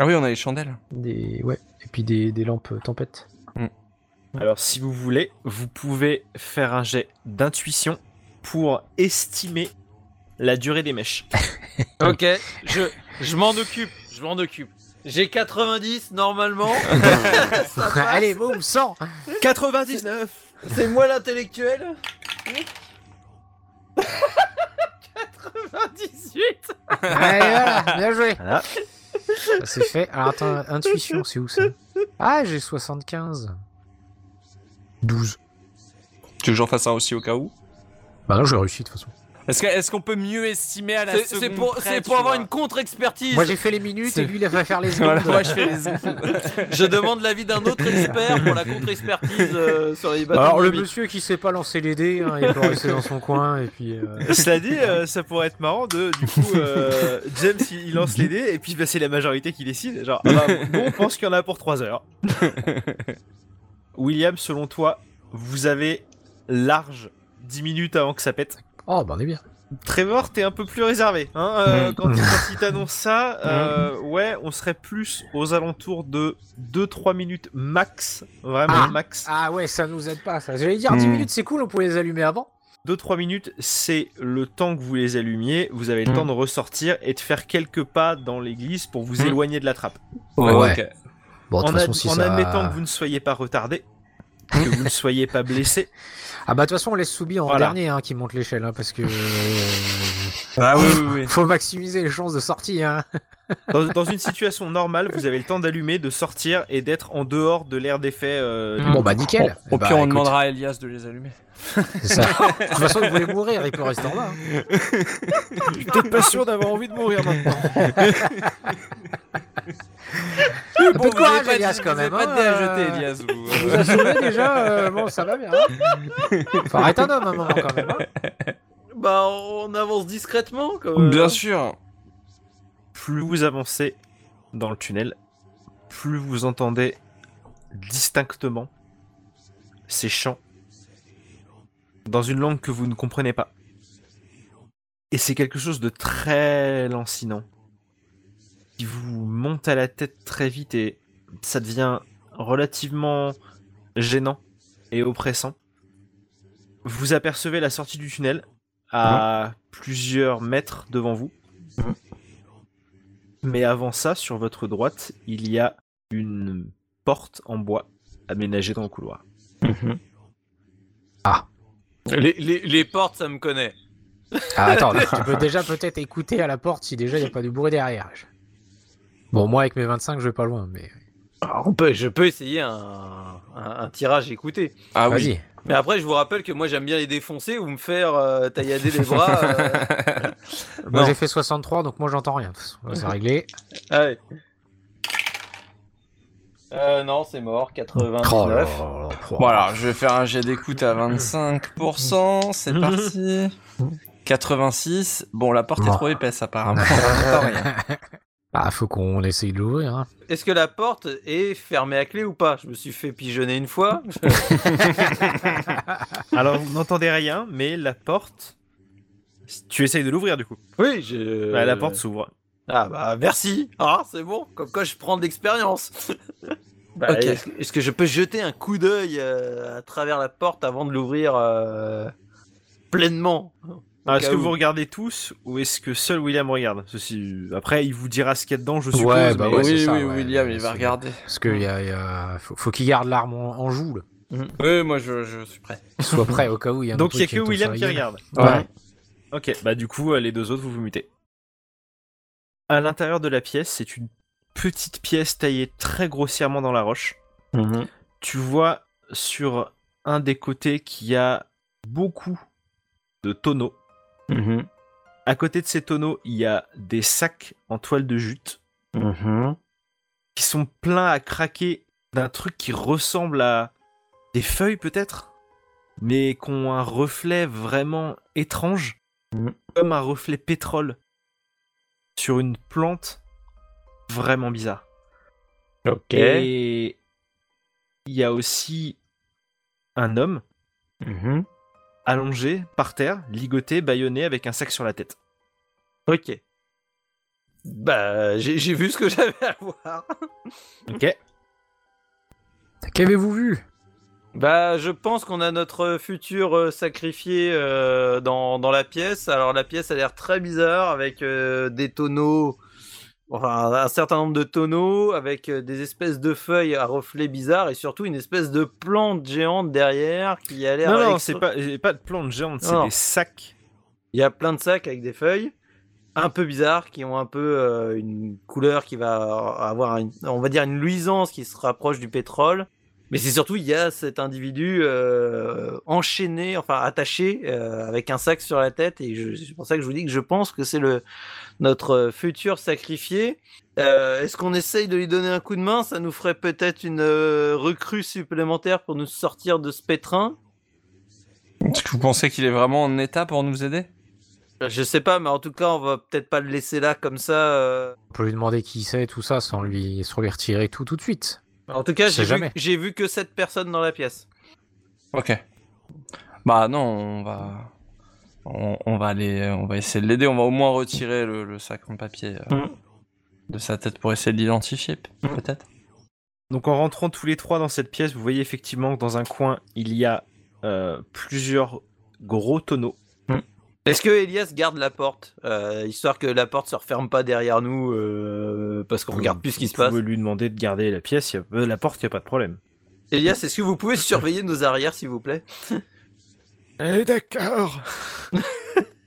D: Ah oui, on a les chandelles.
C: des ouais, et puis des, des lampes euh, tempête.
A: Alors si vous voulez, vous pouvez faire un jet d'intuition pour estimer la durée des mèches.
B: Ok, je, je m'en occupe, je m'en occupe. J'ai 90 normalement. Ça passe.
C: Allez, boum, 100
A: 99
B: c'est moi l'intellectuel. 98
C: Allez, voilà, bien joué
A: Voilà.
C: Ça, C'est fait. Alors attends, intuition, c'est où ça Ah, j'ai 75. 12.
D: Tu veux que j'en fasse un aussi au cas où
C: Bah non, j'ai réussi de toute façon.
D: Est-ce que- est-ce qu'on peut mieux estimer à la
B: C'est-
D: seconde
B: C'est pour,
D: près,
B: c'est
D: tu
B: pour avoir
D: vois
B: une contre-expertise.
C: Moi j'ai fait les minutes
D: C'est-
C: et lui il a fait faire les secondes.
D: Voilà, moi je fais les secondes.
B: Je demande l'avis d'un autre expert pour la contre-expertise euh, sur les bâtons.
C: Alors
B: de
C: le
B: dynamite.
C: monsieur qui sait pas lancer les dés, hein, il peut rester dans son coin et puis. euh,
A: Cela dit, euh, ça pourrait être marrant de, du coup, euh, James il il lance les dés et puis bah, c'est la majorité qui décide. Genre, ah bah, nous on pense qu'il y en a pour 3 heures. William, selon toi, vous avez large 10 minutes avant que ça pète.
C: Oh bah on est bien.
A: Trevor, t'es un peu plus réservé. Hein euh,
D: Mm.
A: Quand, quand il t'annonce ça, euh, ouais, on serait plus aux alentours de 2-3 minutes max. Vraiment
C: Ah.
A: max.
C: Ah ouais, ça nous aide pas ça. J'allais dire 10
D: Hmm.
C: minutes c'est cool, on pouvait les allumer avant.
A: 2-3 minutes, c'est le temps que vous les allumiez. Vous
C: Mmh.
A: avez le temps de ressortir et de faire quelques pas dans l'église pour vous
D: Mm.
A: éloigner de la trappe.
C: Ouais, ouais.
D: ok.
C: Bon, Mmh. Oh, de
A: en
C: toute façon,
A: ad-
C: si
A: en
C: ça.
A: admettant que vous ne soyez pas retardé, que vous ne soyez pas blessé,
C: Ah bah de toute façon, on laisse Soubi en
A: Voilà.
C: dernier hein, qui monte l'échelle, hein, parce que. euh,
D: Ah oui, oui, oui.
C: Faut maximiser les chances de sortie, hein.
A: Dans, dans une situation normale, vous avez le temps d'allumer, de sortir et d'être en dehors de l'air des faits. euh,
C: Bon, bah, nickel.
D: Au
C: Bah,
D: pire, Oh, on
C: écoute,
D: demandera à Elias de les allumer.
C: c'est ça. de toute façon, il voulait mourir, il peut rester en bas. hein.
A: Je suis peut-être pas sûr d'avoir envie de mourir maintenant.
D: Un
C: peu de courage, Elias, quand même,
D: Pas
C: hein,
D: de dé à
C: euh,
D: jeter, Elias. vous,
C: Vous
D: euh.
C: a sauvé déjà, euh, bon, ça va bien. hein. Faut arrêter un homme à un moment quand même. hein.
B: Bah, on avance discrètement, quand même.
D: Bien sûr.
A: Plus vous avancez dans le tunnel, plus vous entendez distinctement ces chants dans une langue que vous ne comprenez pas. Et c'est quelque chose de très lancinant qui vous monte à la tête très vite et ça devient relativement gênant et oppressant. Vous apercevez la sortie du tunnel à plusieurs mètres devant vous. Mais avant ça, sur votre droite, il y a une porte en bois aménagée dans le couloir.
B: Les, les- les portes, ça me connaît.
C: Ah, attends, tu peux déjà peut-être écouter à la porte si déjà il n'y a pas du bruit derrière. Bon, moi avec mes 25, je vais pas loin, mais
B: on peut, je peux essayer un, un, un tirage écouté.
D: Ah oui.
C: vas-y.
B: Mais après, je vous rappelle que moi, j'aime bien les défoncer ou me faire euh, taillader les bras. euh.
C: Moi
B: Non.
C: j'ai fait 63, donc moi j'entends rien. de toute façon. C'est réglé.
B: Ah ouais. Euh, non, c'est mort, 89.
C: Oh là là là là, pro.
D: Voilà, je vais faire un jet d'écoute à 25%.
C: Mhm.
D: C'est parti. 86. Bon, la porte est
C: Bon.
D: trop épaisse, apparemment. Pas rien.
C: Ah, faut qu'on essaye de l'ouvrir. Hein.
B: Est-ce que la porte est fermée à clé ou pas Je me suis fait pigeonner une fois.
A: Alors, vous n'entendez rien, mais la porte. Tu essayes de l'ouvrir du coup.
B: oui, je...
A: Bah, la porte s'ouvre.
B: Ah bah merci. Ah c'est bon. Comme quoi je prends de l'expérience. Bah,
D: Ok.
B: est-ce, que- est-ce que je peux jeter un coup d'œil euh, à travers la porte avant de l'ouvrir euh, pleinement
A: Alors, Ah, Est-ce
B: cas
A: que
B: où.
A: vous regardez tous ou est-ce que seul William regarde Ceci, Après, il vous dira ce qu'il y a dedans, je suppose.
C: Ouais, bah
A: mais-
C: ouais. c'est
D: oui,
C: ça,
D: oui, William, il
C: c'est-
D: va regarder.
C: Parce qu'il y a, y a- faut, faut qu'il garde l'arme en, en joue. Là.
B: Mhm.
D: Oui, moi, je, je suis prêt.
C: Soit prêt au cas où il y a un
A: Donc, il n'y a
C: truc
A: que
C: me tombe
A: William
C: sur la
A: qui
C: gueule.
A: regarde.
C: Ouais.
A: Ok, bah du coup, euh, les deux autres, vous vous mutez. À l'intérieur de la pièce, c'est une petite pièce taillée très grossièrement dans la roche. tu vois sur un des côtés qu'il y a beaucoup de tonneaux. À côté de ces tonneaux, il y a des sacs en toile de jute qui sont pleins à craquer d'un truc qui ressemble à des feuilles peut-être, mais qui ont un reflet vraiment étrange,
D: Mhm.
A: comme un reflet pétrole sur une plante vraiment bizarre.
B: Ok.
A: Et il y a aussi un homme allongé par terre, ligoté, bâillonné, avec un sac sur la tête.
B: Ok. Bah j'ai, j'ai vu ce que j'avais à voir.
A: Ok.
C: Qu'avez-vous vu
B: Bah je pense qu'on a notre futur euh, sacrifié euh, dans, dans la pièce. Alors la pièce a l'air très bizarre avec euh, des tonneaux. Enfin, un certain nombre de tonneaux avec euh, des espèces de feuilles à reflets bizarres et surtout une espèce de plante géante derrière qui a l'air.
A: Non, non,
B: extra-
A: c'est pas, c'est pas de plante géante, c'est
B: Non.
A: des sacs.
B: Il y a plein de sacs avec des feuilles un peu bizarres qui ont un peu euh, une couleur qui va avoir, une- on va dire, une luisance qui se rapproche du pétrole. Mais c'est surtout, il y a cet individu euh, enchaîné, enfin attaché, euh, avec un sac sur la tête. Et je- c'est pour ça que je vous dis que je pense que c'est le notre euh, futur sacrifié. Euh, Est-ce qu'on essaye de lui donner un coup de main Ça nous ferait peut-être une euh, recrue supplémentaire pour nous sortir de ce pétrin.
D: Est-ce que vous pensez qu'il est vraiment en état pour nous aider
B: Je sais pas, mais en tout cas, on va peut-être pas le laisser là comme ça. euh,
C: On peut lui demander qui c'est, tout ça, sans lui, sans lui retirer tout tout de suite.
B: En tout cas,
C: Sait
B: j'ai vu,
C: jamais.
B: j'ai vu que cette personne dans la pièce.
D: Ok. Bah non, on va, on, on va aller, on va essayer de l'aider. On va au moins retirer le, le sac en papier euh,
C: Mhm.
B: Mm.
D: de sa tête pour essayer de l'identifier, p-
B: Mm.
D: peut-être.
A: Donc en rentrant tous les trois dans cette pièce, vous voyez effectivement que dans un coin, il y a euh, plusieurs gros tonneaux.
B: Est-ce que Elias garde la porte euh, Histoire que la porte se referme pas derrière nous euh, parce qu'on
A: Mmh.
B: regarde plus ce qui se passe.
A: Vous pouvez lui demander de garder la pièce, il y a- euh, la porte, il n'y a pas de problème.
B: Elias, est-ce que vous pouvez surveiller nos arrières, s'il vous plaît
A: Eh d'accord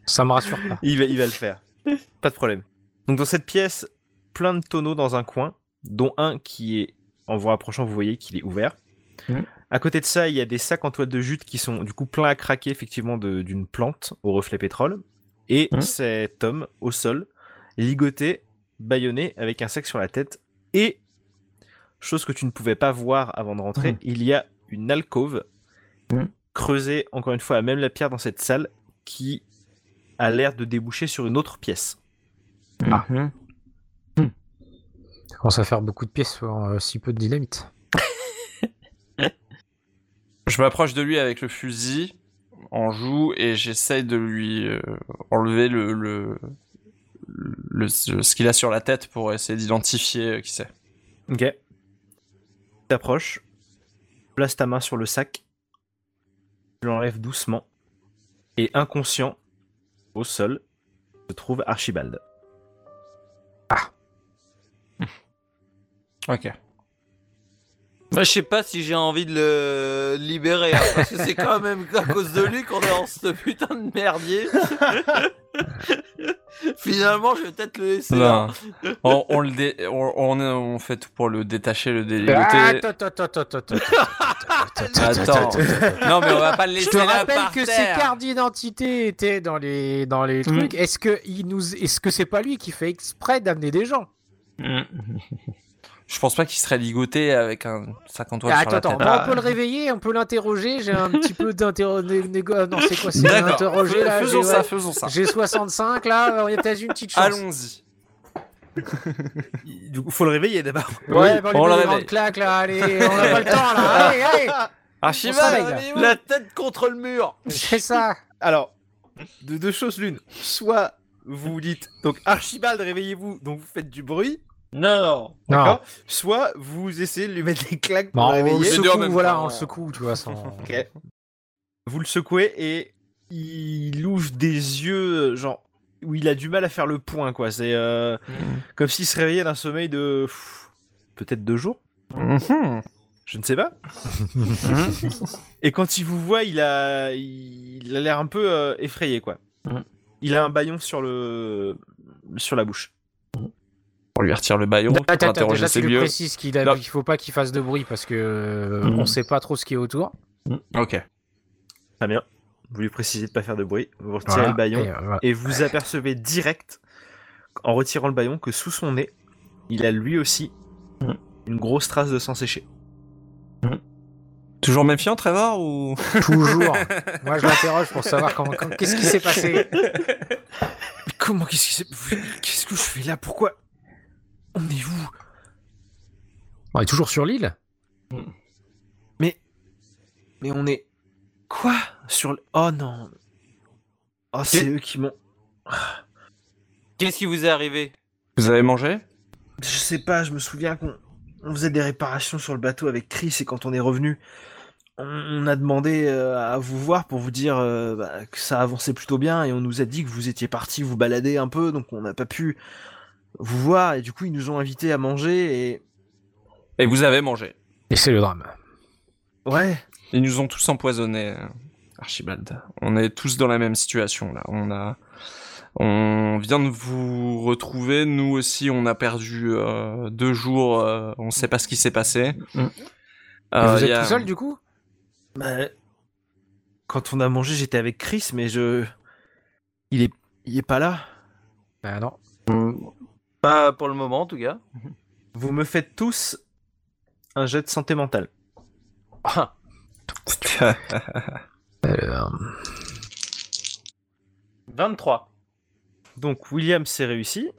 C: Ça me rassure pas.
A: Il va, il va le faire. Pas de problème. Donc dans cette pièce, plein de tonneaux dans un coin, dont un qui est, en vous rapprochant, vous voyez qu'il est ouvert.
D: Mhm.
A: À côté de ça, il y a des sacs en toile de jute qui sont du coup pleins à craquer effectivement de- d'une plante au reflet pétrole. Et
D: Mhm.
A: cet homme au sol, ligoté, bâillonné, avec un sac sur la tête. Et, chose que tu ne pouvais pas voir avant de rentrer,
D: Mhm.
A: il y a une alcôve
D: Mhm.
A: creusée encore une fois à même la pierre dans cette salle qui a l'air de déboucher sur une autre pièce.
C: Ah.
D: Mhm.
C: Ça commence à faire beaucoup de pièces pour euh, si peu de dynamite.
D: Je m'approche de lui avec le fusil en joue et j'essaye de lui euh, enlever le, le, le- ce qu'il a sur la tête pour essayer d'identifier euh, qui c'est.
A: Ok. T'approches, place ta main sur le sac, tu l'enlèves doucement, et inconscient, au sol, se trouve Archibald.
D: Ok.
B: Bah, je sais pas si j'ai envie de le libérer, hein, parce que c'est quand même à cause de lui qu'on est dans ce putain de merdier. Finalement, je vais peut-être le laisser. là.
D: Ben, on, on le dé- on, on est- on fait tout pour le détacher, le déligoter.
C: Attends, attends, attends, attends, attends,
A: Ah,
C: attends,
D: Attends.
C: attends, attends.
D: Non mais on va pas le
C: Je
D: laisser
C: te
D: là
C: rappelle
D: par
C: que ses
D: terre.
C: cartes d'identité étaient dans les dans les trucs. Est-ce que il nous est-ce que c'est pas lui qui fait exprès d'amener des gens
D: Mhm. Je pense pas qu'il serait ligoté avec un 50 watts sur
C: Ah, Attends,
D: la
C: attends.
D: tête.
C: Bon, on peut le réveiller, on peut l'interroger. J'ai un petit peu d'interroger. ah Non, c'est quoi C'est
D: Ah, D'accord.
C: interroger là.
D: Faisons
C: j'ai-
D: ça,
C: ouais,
D: faisons ça.
C: J'ai 65 là. On a peut-être une petite chance.
D: Allons-y.
A: Du coup, faut le réveiller d'abord.
C: Ouais, bah, on lui
D: on le réveille.
C: met des
D: Ah.
C: grandes claques là. Allez, on a pas le temps là. Allez, allez. Ah,
D: Archibald.
C: réveille, là.
B: allez, la tête contre le mur.
C: C'est ça.
A: Alors, de deux choses l'une. Soit vous dites, donc Archibald, réveillez-vous, donc vous faites du bruit,
B: Non.
C: Non.
A: d'accord Soit vous essayez de lui mettre des claques pour
C: Bon,
A: le
C: Bah, on le
A: réveiller.
D: Les deux en
C: secoue,
D: même
C: voilà,
D: temps.
C: on le secoue, tu vois. Sans...
A: Ok. Vous le secouez et il ouvre des yeux, euh, genre, où il a du mal à faire le point, quoi. C'est euh, comme s'il se réveillait d'un sommeil de. pff, Peut-être deux jours
D: Mhm.
A: Je ne sais pas. et quand il vous voit, il a il a l'air un peu euh, effrayé, quoi.
D: Mhm.
A: Il a un baillon sur le sur la bouche.
D: On lui retire le baillon
C: Attends,
D: pour
C: attends,
D: interroger
C: déjà,
D: ses
C: tu lui
D: lieux.
C: précises qu'il a-
D: Non.
C: qu'il faut pas qu'il fasse de bruit parce que euh,
D: Mhm.
C: on sait pas trop ce qui est autour.
D: Ok.
A: Très bien. Vous lui précisez de pas faire de bruit. Vous retirez le baillon
C: Et, euh, voilà.
A: et vous apercevez direct, en retirant le baillon, que sous son nez, il a lui aussi
D: Mhm.
A: une grosse trace de sang séché.
D: Toujours méfiant, Trevor ou
C: Toujours. Moi, je l'interroge pour savoir comment, comment- qu'est-ce qui s'est passé.
A: Mais comment Qu'est-ce qui s'est- Qu'est-ce que je fais là Pourquoi On est où
C: On est toujours sur l'île.
A: Mais on est. Quoi Sur le. Oh non Oh, c'est eux qui m'ont.
B: Qu'est-ce qui vous est arrivé
D: Vous avez mangé
A: Je sais pas, je me souviens qu'on on faisait des réparations sur le bateau avec Chris et quand on est revenu, on, on a demandé euh, à vous voir pour vous dire euh, bah, que ça avançait plutôt bien et on nous a dit que vous étiez partis vous balader un peu donc on n'a pas pu vous voir et du coup ils nous ont invités à manger et.
D: Et vous avez mangé.
C: Et c'est le drame.
A: Ouais
D: Ils nous ont tous empoisonnés, euh, Archibald. On est tous dans la même situation là. On a, on vient de vous retrouver. Nous aussi, on a perdu euh, deux jours. euh, on sait pas ce qui s'est passé.
C: Mm. Et
D: Euh,
C: vous êtes
D: y a-
C: tout seul du coup
A: Bah, quand on a mangé, j'étais avec Chris, mais je. Il est, il est pas là.
C: Bah non.
B: Pas pour le moment, en tout cas.
A: Vous me faites tous un jet de santé mentale.
C: Euh,
B: 23.
A: Donc William c'est réussi.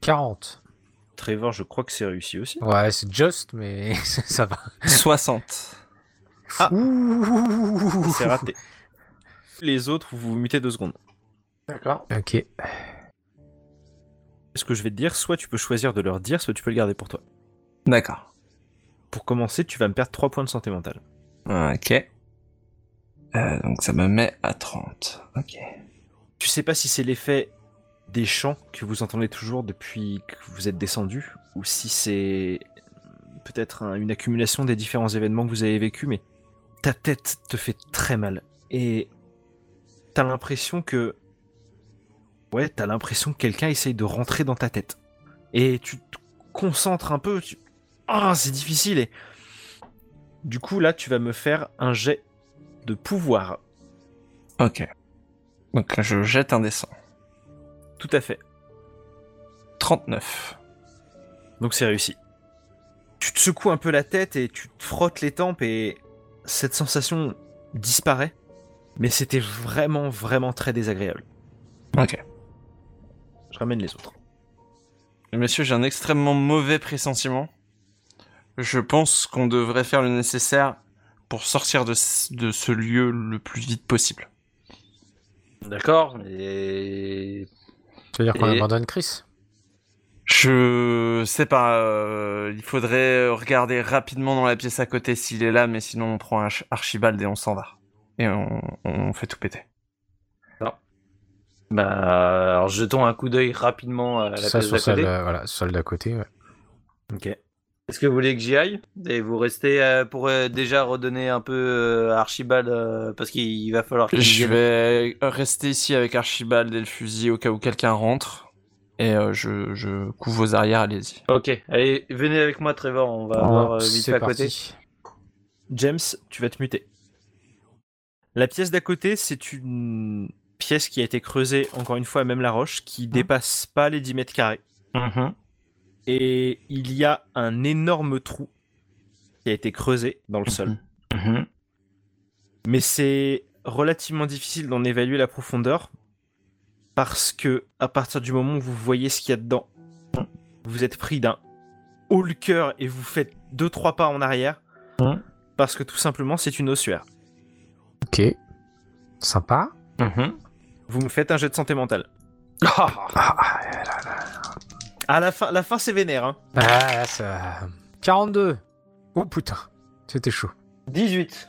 C: 40.
A: Trevor, je crois que c'est réussi aussi.
C: Ouais, c'est just, mais ça va.
D: 60.
A: Ah.
C: Ouh.
A: C'est raté. Les autres, vous vous mutez deux secondes.
B: D'accord.
C: Ok.
A: Ce que je vais te dire, soit tu peux choisir de leur dire, soit tu peux le garder pour toi.
D: D'accord.
A: Pour commencer, tu vas me perdre 3 points de santé mentale.
D: Ok. Euh, donc ça me met à 30. Ok.
A: Tu sais pas si c'est l'effet des chants que vous entendez toujours depuis que vous êtes descendu, ou si c'est peut-être un- une accumulation des différents événements que vous avez vécu, mais ta tête te fait très mal. Et t'as l'impression que. Ouais, t'as l'impression que quelqu'un essaye de rentrer dans ta tête. Et tu te concentres un peu. tu- Ah, c'est difficile. Et... Du coup, là, tu vas me faire un jet de pouvoir.
D: Ok. Donc là, je jette un dessin.
A: Tout à fait.
D: 39.
A: Donc c'est réussi. Tu te secoues un peu la tête et tu te frottes les tempes et cette sensation disparaît. Mais c'était vraiment, vraiment très désagréable.
D: Ok.
A: Je ramène les autres.
D: Messieurs, j'ai un extrêmement mauvais pressentiment. Je pense qu'on devrait faire le nécessaire pour sortir de, ce- de ce lieu le plus vite possible.
B: D'accord, et
C: C'est-à-dire qu'on
B: Et-
C: abandonne Chris
D: Je sais pas, euh, il faudrait regarder rapidement dans la pièce à côté s'il est là, mais sinon on prend Arch- Archibald et on s'en va. Et on, on fait tout péter.
B: bah alors jetons un coup d'œil rapidement à la
C: Ça,
B: pièce
C: sur
B: d'à
C: celle,
B: côté.
C: euh, voilà, sur celle d'à côté. ouais.
A: Ok.
B: Est-ce que vous voulez que j'y aille Et vous restez euh, pour euh, déjà redonner un peu euh, à Archibald euh, parce qu'il il va falloir qu'il
D: Je
B: vienne.
D: vais rester ici avec Archibald et le fusil au cas où quelqu'un rentre. Et euh, je, je couvre vos arrières, allez-y.
B: Ok, allez, venez avec moi Trevor, on va
C: Bon,
B: voir euh, vite
C: Oh, c'est
B: fait à
C: parti.
B: côté.
A: James, tu vas te muter. La pièce d'à côté, c'est une pièce qui a été creusée, encore une fois, à même la roche, qui dépasse pas les 10 mètres carrés.
B: Mhm.
A: Et il y a un énorme trou qui a été creusé dans le sol.
C: Mhm.
A: Mais c'est relativement difficile d'en évaluer la profondeur parce que à partir du moment où vous voyez ce qu'il y a dedans, vous êtes pris d'un haut le cœur et vous faites deux trois pas en arrière
B: Mhm.
A: parce que tout simplement c'est une ossuaire.
C: Ok. Sympa.
A: Vous me faites un jet de santé mentale.
C: Ah, ah,
A: À la fin, la fin c'est vénère. Hein.
C: ah, ça... 42. Oh putain, c'était chaud.
B: 18.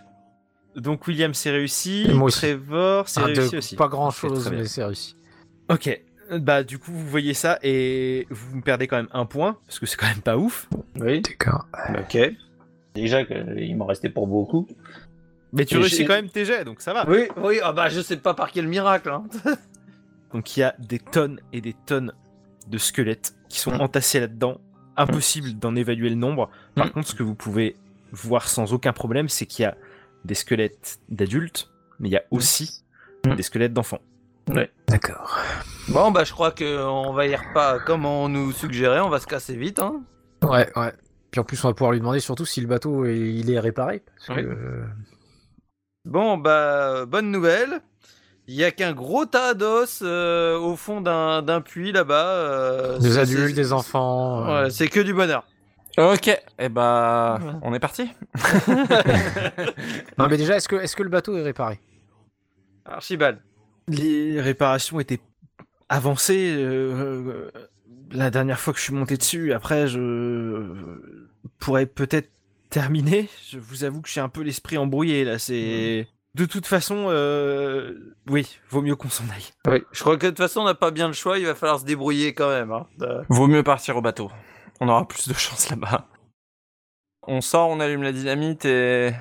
A: Donc William c'est réussi,
C: Et moi aussi.
A: Trevor c'est
C: Ah,
A: réussi
C: de-
A: aussi.
C: Pas grand
A: Ok,
C: chose,
A: très bien.
C: mais c'est réussi.
A: Ok. Euh, Bah du coup vous voyez ça et vous me perdez quand même un point parce que c'est quand même pas ouf.
B: Oui.
C: D'accord.
B: Ok. Déjà qu'il m'en restait pour beaucoup.
A: Mais tu
B: Et
A: réussis
B: j'ai-
A: quand même tes jets donc ça va.
B: Oui, oui, ah bah je sais pas par quel miracle. Hein.
A: Donc il y a des tonnes et des tonnes de squelettes qui sont entassés là-dedans. Impossible d'en évaluer le nombre. Par
D: Mm.
A: contre, ce que vous pouvez voir sans aucun problème, c'est qu'il y a des squelettes d'adultes, mais il y a aussi
D: Mm.
A: des squelettes d'enfants.
C: D'accord.
B: Bon bah je crois que on va y repas comme on nous suggérait, on va se casser vite. Hein.
C: Ouais, ouais. Puis en plus, on va pouvoir lui demander surtout si le bateau est- il est réparé. Parce
B: Oui.
C: que, euh,
B: Bon bah bonne nouvelle. Il y a qu'un gros tas d'os euh, au fond d'un d'un puits là-bas. euh,
C: des
B: c'est-
C: adultes,
B: c'est-
C: des enfants. euh,
B: Ouais, c'est que du bonheur.
D: Ok, et bah,
B: Ouais.
D: on est parti.
C: Non, mais déjà, est-ce que, est que le bateau est réparé
B: Archibald.
A: Les réparations étaient avancées euh, euh, la dernière fois que je suis monté dessus. Après, je pourrais peut-être terminer. Je vous avoue que j'ai un peu l'esprit embrouillé là. C'est de toute façon, euh, oui, vaut mieux qu'on s'en aille.
B: Oui. Je crois que de toute façon on n'a pas bien le choix, il va falloir se débrouiller quand même. hein. Euh,
D: Vaut mieux partir au bateau. On aura plus de chance là-bas. On sort, on allume la dynamite et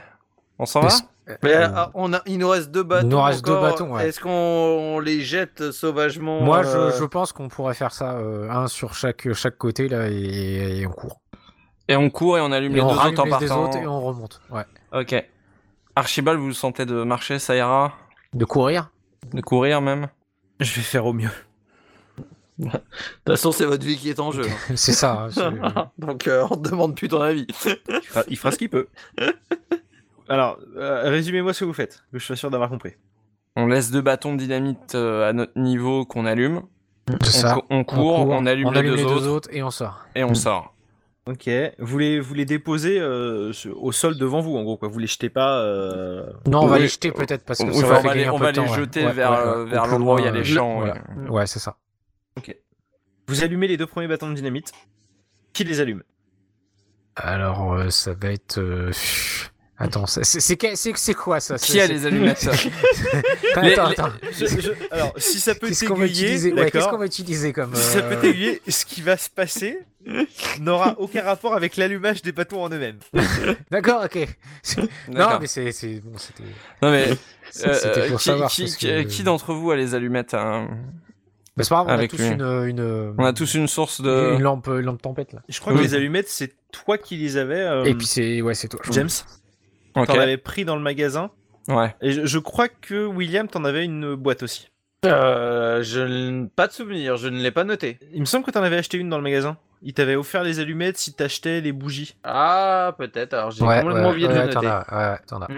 D: on s'en va
C: Est-ce-
B: Mais
C: Euh,
B: ah, on a, il nous reste deux bâtons.
C: nous reste deux
B: encore.
C: bâtons, ouais.
B: Est-ce qu'on on les jette sauvagement
C: Moi,
B: euh,
C: je, je pense qu'on pourrait faire ça, euh, un sur chaque, chaque côté, là, et, et on court.
D: Et on court et on allume
C: Et
D: les
C: on
D: deux
C: rallume
D: autres en
C: les deux
D: partant.
C: autres et on remonte. Ouais.
D: Ok. Archibald, vous sentez de marcher, ça ira
C: De courir
D: De courir même
A: Je vais faire au mieux.
B: De toute façon, c'est votre vie qui est en jeu. hein.
C: C'est ça. hein, c'est-
B: Donc, euh, on te demande plus ton avis.
A: Il fera, il fera ce qu'il peut. Alors, euh, résumez-moi ce que vous faites, que je sois sûr d'avoir compris.
D: On laisse deux bâtons de dynamite euh, à notre niveau qu'on allume.
C: c'est
D: On,
C: ça.
D: cou- on court, on, allume, les, deux autres
C: et on sort.
D: et on sort.
A: Ok. Vous les, vous les déposez euh, sur- au sol devant vous, en gros, quoi. Vous les jetez pas. euh,
C: Non, on va
D: Oui.
C: les jeter peut-être parce que
D: Oui,
C: ça
D: enfin,
C: va
D: on va
C: fait
D: les-
C: gagner un
D: on
C: peu
D: va
C: de temps,
D: les
C: ouais.
D: jeter
C: Ouais,
D: vers,
C: ouais,
D: euh,
C: ouais.
D: vers
C: Au plus
D: l'endroit où il y a
C: loin,
D: les
C: euh,
D: champs.
C: voilà.
D: ouais.
C: Ouais, c'est ça.
A: Vous allumez les deux premiers bâtons de dynamite. Qui les allume
C: Alors, euh, ça va être euh, Attends, c'est- c'est- c'est que- c'est- c'est quoi ça
D: Qui
C: C'est-
D: a
C: c'est-
D: les allumettes Les-
C: Attends,
D: les-
C: attends.
A: Je- je- alors, si ça peut
C: Qu'est-ce qu'on va
A: t'aiguiller,
C: utiliser ouais, Qu'est-ce qu'on
A: d'accord.
C: va utiliser comme
A: Si ça peut
C: euh,
A: t'aiguiller, ce qui va se passer n'aura aucun rapport avec l'allumage des bâtons en eux-mêmes.
C: D'accord, ok. Non,
D: D'accord.
C: mais c'est c'est- bon, c'était
D: Non, mais, euh,
C: c'était pour
D: qui,
C: savoir.
D: qui-
C: parce
D: qui- euh,
C: que-
D: qui d'entre vous a les allumettes hein
C: Bah, c'est pas grave, on a
D: avec
C: tous
D: lui. hein.
C: une, une,
D: On a tous une euh, source
C: une,
D: de.
C: lampe, une lampe tempête là.
A: Je crois
D: Oui.
A: que les allumettes, c'est toi qui les avais, euh,
C: Et puis c'est ouais, c'est toi. je
A: James.
D: Ok.
A: T'en avais pris dans le magasin.
D: Ouais.
A: Et je, je crois que William, t'en avais une boîte aussi. Euh, je pas de souvenir, je ne l'ai pas noté. Il me semble que t'en avais acheté une dans le magasin. Il t'avait offert les allumettes si t'achetais les bougies. Ah, peut-être. Alors j'ai
C: crois. Ouais,
A: complètement
C: ouais,
A: oublié de
C: ouais,
A: le
C: t'en
A: noter.
C: as, ouais, t'en as.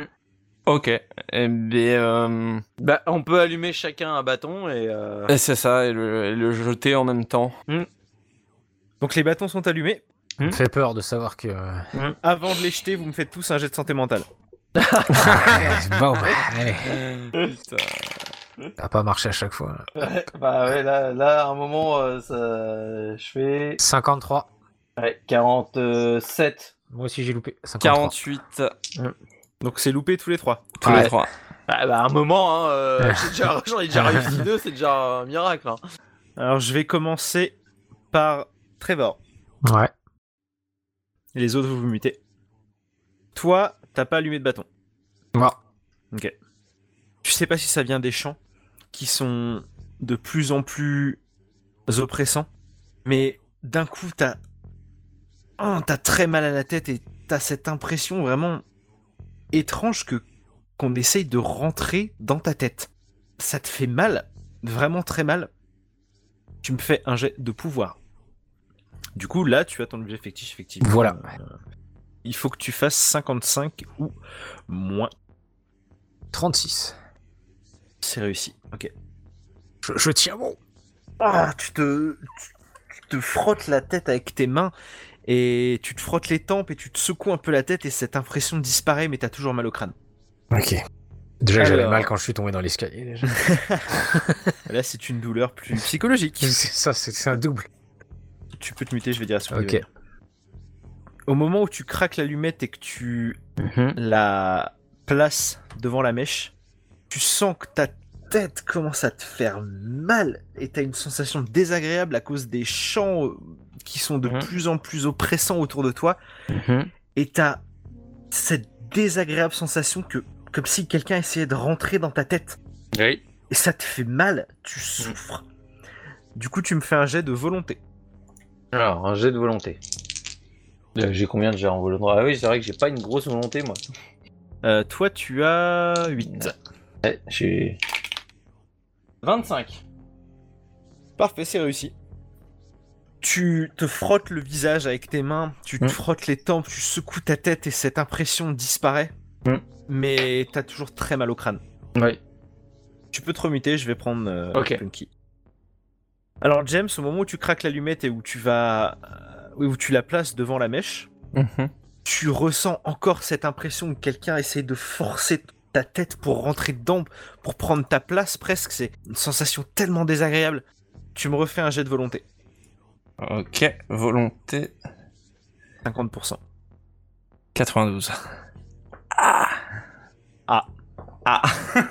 D: Ok. Eh bien, euh,
A: Bah, on peut allumer chacun un bâton et. euh,
D: et c'est ça, et le, et le jeter en même temps.
A: Donc les bâtons sont allumés.
D: Hmm?
C: Ça me fait peur de savoir que. euh,
A: Avant de les jeter, vous me faites tous un jet de santé mentale.
C: bon, bah, allez,
D: Putain.
C: ça a pas marché à chaque fois.
A: Bah ouais, là, là, à un moment,
B: euh,
A: je fais
C: 53.
A: 47.
C: Moi aussi j'ai loupé. 53.
D: 48,
A: Donc c'est loupé tous les trois.
D: tous
C: Ouais.
D: les trois.
A: Bah, bah à un moment, hein, euh,
C: j'ai
A: déjà, j'en ai
C: déjà
A: réussi deux, c'est déjà un miracle. hein. Alors je vais commencer par Trevor.
C: Ouais.
A: Et les autres, vous vous mutez. Toi, t'as pas allumé de bâton.
C: Bon.
A: Tu sais pas si ça vient des chants qui sont de plus en plus oppressants, mais d'un coup, t'as. Oh, t'as très mal à la tête et t'as cette impression vraiment étrange que qu'on essaye de rentrer dans ta tête. Ça te fait mal, vraiment très mal. Tu me fais un jet de pouvoir. Du coup, là, tu as ton objet fictif, effectivement. Euh,
C: Voilà.
A: Il faut que tu fasses 55 ou moins.
C: 36.
A: C'est réussi. Ok.
C: Je, je tiens bon.
A: Ah, tu te, tu- tu te frottes la tête avec tes mains et tu te frottes les tempes et tu te secoues un peu la tête et cette impression disparaît mais t'as toujours mal au crâne.
C: Ok. Déjà que j'avais
A: Alors.
C: mal quand je suis tombé dans l'escalier. déjà.
A: Là, c'est une douleur plus psychologique.
C: C'est ça, c'est c'est un double.
A: tu peux te muter, je vais dire à ce
C: Ok.
A: niveau. Au moment où tu craques l'allumette et que tu la places devant la mèche, tu sens que ta tête commence à te faire mal et t'as une sensation désagréable à cause des chants euh, qui sont de
D: Mhm.
A: plus en plus oppressants autour de toi.
D: Mhm.
A: et t'as cette désagréable sensation que comme si quelqu'un essayait de rentrer dans ta tête
D: Oui.
A: et ça te fait mal, tu souffres. Du coup, tu me fais un jet de volonté.
E: Alors, un jet de volonté. Euh, j'ai combien déjà en volonté Ah oui, c'est vrai que j'ai pas une grosse volonté, moi.
A: Euh, toi, tu as 8.
E: Ouais, j'ai...
A: 25. Parfait, c'est réussi. Tu te frottes le visage avec tes mains, tu te
D: Mm.
A: frottes les tempes, tu secoues ta tête et cette impression disparaît.
E: Mm.
A: Mais t'as toujours très mal au crâne.
E: Ouais.
A: Tu peux te remuter, je vais prendre euh,
D: Ok.
A: Punky. Alors James, au moment où tu craques l'allumette et où tu vas, euh, où tu la places devant la mèche,
D: Mhm.
A: tu ressens encore cette impression que quelqu'un essaie de forcer ta tête pour rentrer dedans, pour prendre ta place presque. C'est une sensation tellement désagréable. Tu me refais un jet de volonté.
D: Ok, volonté
A: 50%.
D: 92.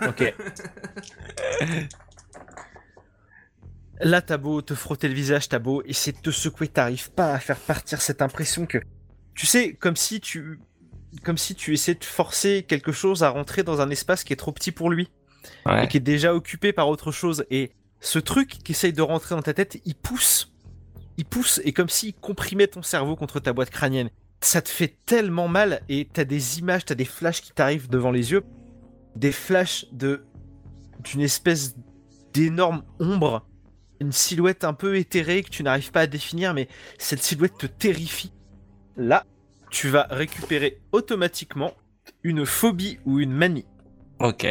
A: Ok. Là, t'as beau te frotter le visage, t'as beau essayer de te secouer, t'arrives pas à faire partir cette impression que. Tu sais, comme si tu. Comme si tu essayais de forcer quelque chose à rentrer dans un espace qui est trop petit pour lui.
D: Ouais.
A: Et qui est déjà occupé par autre chose. Et ce truc qui essaye de rentrer dans ta tête, il pousse. Il pousse, et comme s'il comprimait ton cerveau contre ta boîte crânienne. Ça te fait tellement mal, et t'as des images, t'as des flashs qui t'arrivent devant les yeux des flashs de d'une espèce d'énorme ombre, une silhouette un peu éthérée que tu n'arrives pas à définir, mais cette silhouette te terrifie. Là, tu vas récupérer automatiquement une phobie ou une manie.
D: Ok.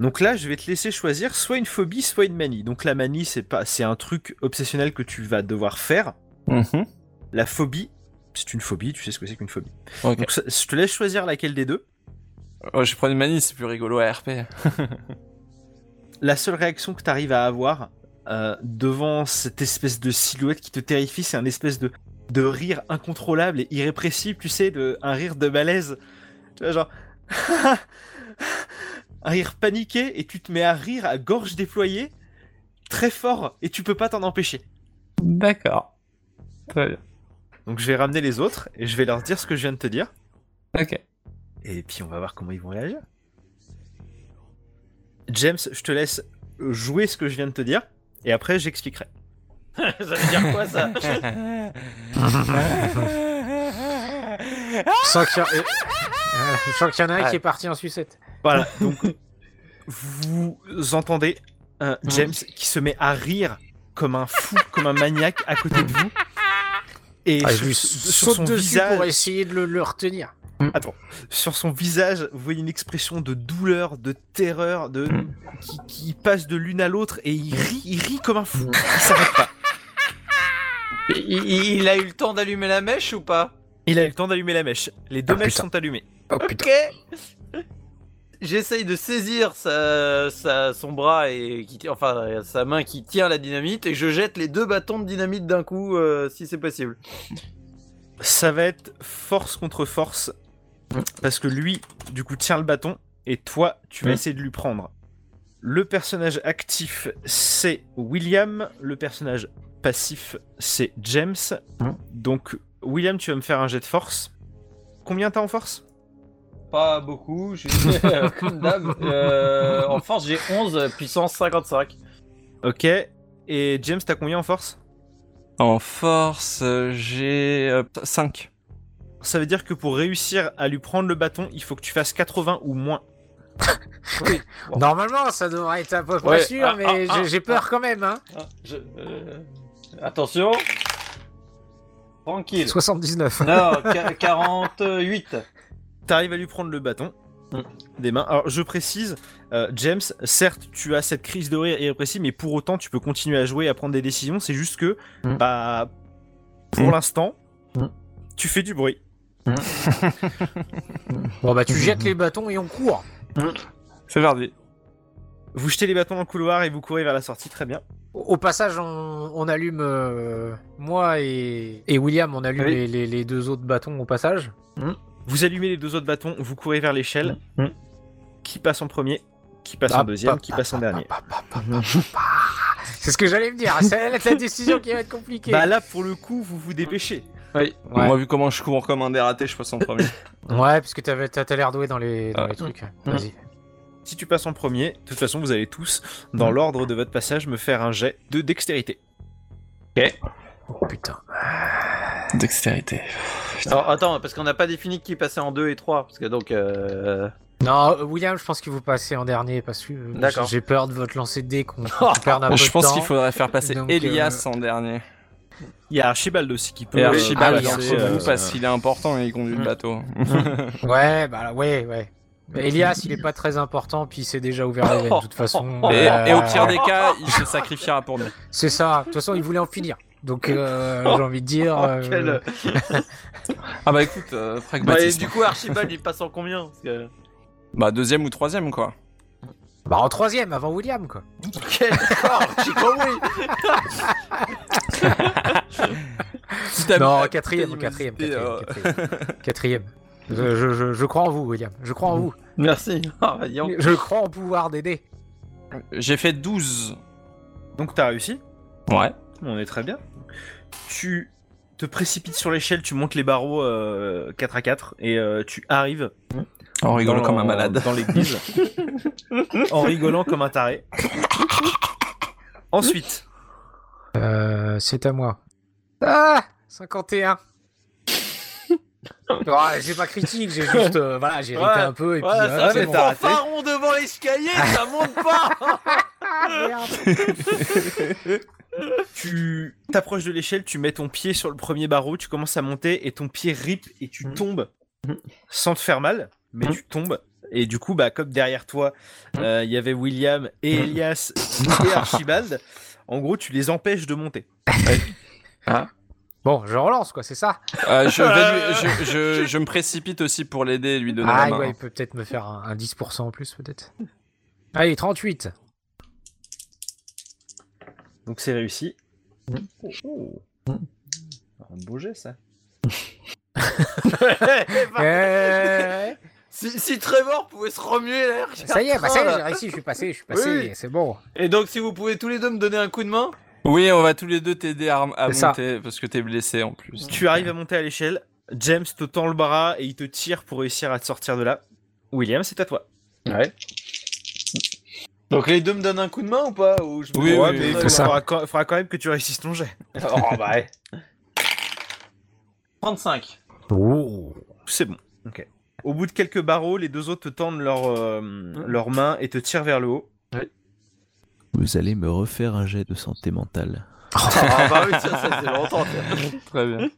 A: Donc là, je vais te laisser choisir soit une phobie, soit une manie. Donc la manie, c'est pas, c'est un truc obsessionnel que tu vas devoir faire.
D: Mhm.
A: La phobie, c'est une phobie. Tu sais ce que c'est qu'une phobie.
D: Ok.
A: Donc ça- je te laisse choisir laquelle des deux.
D: Oh, je prends une manie, c'est plus rigolo à RP.
A: la seule réaction que tu arrives à avoir euh, devant cette espèce de silhouette qui te terrifie, c'est un espèce de, de rire incontrôlable et irrépressible, tu sais, de, un rire de malaise. Tu vois, genre. un rire paniqué et tu te mets à rire à gorge déployée, très fort, et tu peux pas t'en empêcher.
D: D'accord. Très bien.
A: Donc je vais ramener les autres et je vais leur dire ce que je viens de te dire.
D: Ok.
A: Et puis on va voir comment ils vont réagir. James, je te laisse jouer ce que je viens de te dire et après j'expliquerai.
B: ça veut dire quoi ça
C: Je sens qu'il y, a... euh, je sens qu'il y en a un qui est parti en sucette.
A: Voilà, donc vous entendez euh, James qui se met à rire comme un fou, comme un maniaque à côté de vous. Et
C: Ah, je
A: sur,
C: lui
A: sur
C: saute
A: son
C: dessus pour
A: visage,
C: essayer de le, le retenir.
A: sur son visage, vous voyez une expression de douleur, de terreur, de qui, qui passe de l'une à l'autre et il rit, il rit comme un fou. Il s'arrête pas.
B: il, a eu le temps d'allumer la mèche ou pas
A: Il a eu le temps d'allumer la mèche. Les deux
C: Ah,
A: mèches
C: putain.
A: sont allumées.
C: Oh putain.
B: Ok J'essaye de saisir sa, sa- son bras et qui, ti- enfin euh, sa main qui tient la dynamite et je jette les deux bâtons de dynamite d'un coup euh, si c'est possible.
A: Ça va être force contre force parce que lui, du coup, tient le bâton et toi, tu vas
B: Mm.
A: essayer de lui prendre. Le personnage actif, c'est William. Le personnage passif, c'est James.
C: Mm.
A: Donc, William, tu vas me faire un jet de force. Combien t'as en force
B: Pas beaucoup, je comme d'hab. Euh, en force j'ai 11 puissance 55.
A: Ok. Et James, t'as combien en force
D: En force, euh, j'ai 5.
A: Ça veut dire que pour réussir à lui prendre le bâton, il faut que tu fasses 80 ou moins.
C: Normalement, ça devrait être à peu près
B: Ouais.
C: sûr,
B: Ah,
C: mais
B: ah,
C: j'ai-
B: ah,
C: j'ai peur quand même. Hein.
B: euh, Attention Tranquille
C: 79.
B: Non, 48
A: T'arrives à lui prendre le bâton
B: Mm.
A: des mains. Alors je précise, euh, James, certes tu as cette crise de rire irrépressible, mais pour autant tu peux continuer à jouer et à prendre des décisions. C'est juste que,
B: Mm.
A: bah, pour
D: Mm.
A: l'instant,
B: Mm.
A: tu fais du bruit.
C: Bon bah tu jettes les bâtons et on court.
D: C'est verdi.
A: Vous jetez les bâtons dans le couloir et vous courez vers la sortie, très bien.
C: Au- Au passage, on, on allume euh, moi et, et William, on allume
B: Oui.
C: les, les- les deux autres bâtons au passage.
A: Vous allumez les deux autres bâtons, vous courez vers l'échelle.
B: Mm.
A: Qui passe en premier Qui passe en
C: Ah,
A: deuxième
C: pa-
A: Qui passe en dernier
C: C'est ce que j'allais me dire. C'est la, la décision qui va être compliquée.
A: Bah là, pour le coup, vous vous dépêchez.
B: Oui.
C: Ouais.
D: Moi, vu comment je cours comme un dératé, je passe en premier.
C: Ouais, parce que t'avais- t'as t'as l'air doué dans les, dans
D: Bah, Ah.
C: les trucs. Vas-y.
A: Si tu passes en premier, de toute façon, vous allez tous,
B: Mm.
A: dans l'ordre de votre passage, me faire un jet de dextérité.
C: Oh putain.
D: Dextérité.
B: Alors, attends, parce qu'on n'a pas défini qui passait en 2 et 3. Parce que donc. euh,
C: Non, euh, William, je pense qu'il vous passez en dernier parce que euh,
B: D'accord.
C: j'ai peur de votre lancer de dés qu'on qu'on perde un Ah, peu
D: Je
C: de temps.
D: pense qu'il faudrait faire passer
C: Donc, euh,
D: Elias en dernier.
A: Il y a Archibald aussi qui peut.
D: Et
A: euh,
D: Archibald,
C: ah oui,
D: entre
A: balancer,
C: c'est,
D: vous,
A: euh,
D: parce qu'il est important et il
C: Mm.
D: conduit le bateau.
C: Ouais, bah là, ouais, ouais. Mais Elias, il est pas très important, puis il s'est déjà ouvert les veines, de toute façon.
D: Et,
C: Euh,
D: et au pire des cas, il se sacrifiera pour nous.
C: C'est ça. De toute façon, il voulait en finir. Donc, euh, j'ai envie de dire.
B: oh,
C: euh,
B: quel-
D: Ah bah écoute, euh,
B: Bah, et
D: pragmatisme.
B: du coup, Archibald, il passe en combien Parce que-
D: Bah deuxième ou troisième quoi.
C: Bah, en troisième, avant William, quoi.
B: Quel corps J'ai compris
C: Non,
D: t'as-
C: quatrième,
D: t'as
C: quatrième,
D: une idée,
B: euh.
C: quatrième, quatrième. quatrième. Je, je- je- je crois en vous, William. Je crois en vous.
B: Merci. Ah, bah, dis donc.
C: Je crois en pouvoir d'aider.
D: J'ai fait 12.
A: Donc t'as réussi.
D: Ouais.
A: euh, On est très bien. Tu te précipites sur l'échelle, tu montes les barreaux euh, 4 à 4 et euh, tu arrives.
D: En rigolant
A: dans-
D: comme un malade.
A: Dans l'église. en rigolant comme un taré. Ensuite,
C: Euh, c'est à moi. Ah 51 Ouais, c'est pas critique, j'ai juste. euh, voilà, j'ai
B: Ouais,
C: été un peu et puis.
B: Ouais,
C: euh,
B: ça
C: c'est
B: fait
C: bon.
A: t'as
B: fanfaron devant l'escalier, ça monte pas
C: Merde.
A: tu t'approches de l'échelle, tu mets ton pied sur le premier barreau, tu commences à monter et ton pied rip et tu tombes sans te faire mal, mais tu tombes. Et du coup, bah, comme derrière toi, euh, il y avait William et Elias et Archibald, en gros, tu les empêches de monter.
C: Bon, je relance, quoi, c'est ça.
D: Euh, je, vais lui- je, je- je me précipite aussi pour l'aider et lui donner
C: Ah,
D: la main.
C: ouais, il peut peut-être me faire un, un 10% en plus, peut-être. Ah, Allez, 38
A: Donc c'est réussi. Oh. Un beau jet, ça.
C: Eh,
B: Si, si Trevor pouvait se remuer là, regarde,
C: Ça y est, bah ça y est,
B: là.
C: j'ai réussi, je suis passé, je suis passé,
B: Oui, oui.
C: c'est bon.
B: Et donc, si vous pouvez tous les deux me donner un coup de main,
D: Oui, on va tous les deux t'aider à, à
C: C'est ça.
D: monter parce que t'es blessé en plus.
A: Tu arrives à monter à l'échelle. James te tend le bras et il te tire pour réussir à te sortir de là. William, c'est à toi.
B: donc les deux me donnent un coup de main ou pas ou je me-
D: Oui,
A: ouais,
D: oui,
A: mais
D: oui.
A: il
C: C'est ça.
A: faudra, quand- faudra quand même que tu réussisses ton jet.
B: Oh, bah, ouais. 35.
C: Oh,
A: C'est bon. Ok. Au bout de quelques barreaux, les deux autres te tendent leurs euh, leurs mains et te tirent vers le haut.
F: Vous allez me refaire un jet de santé mentale.
B: Ah, bah oui, ça, ça faisait longtemps. ça.
D: Très bien.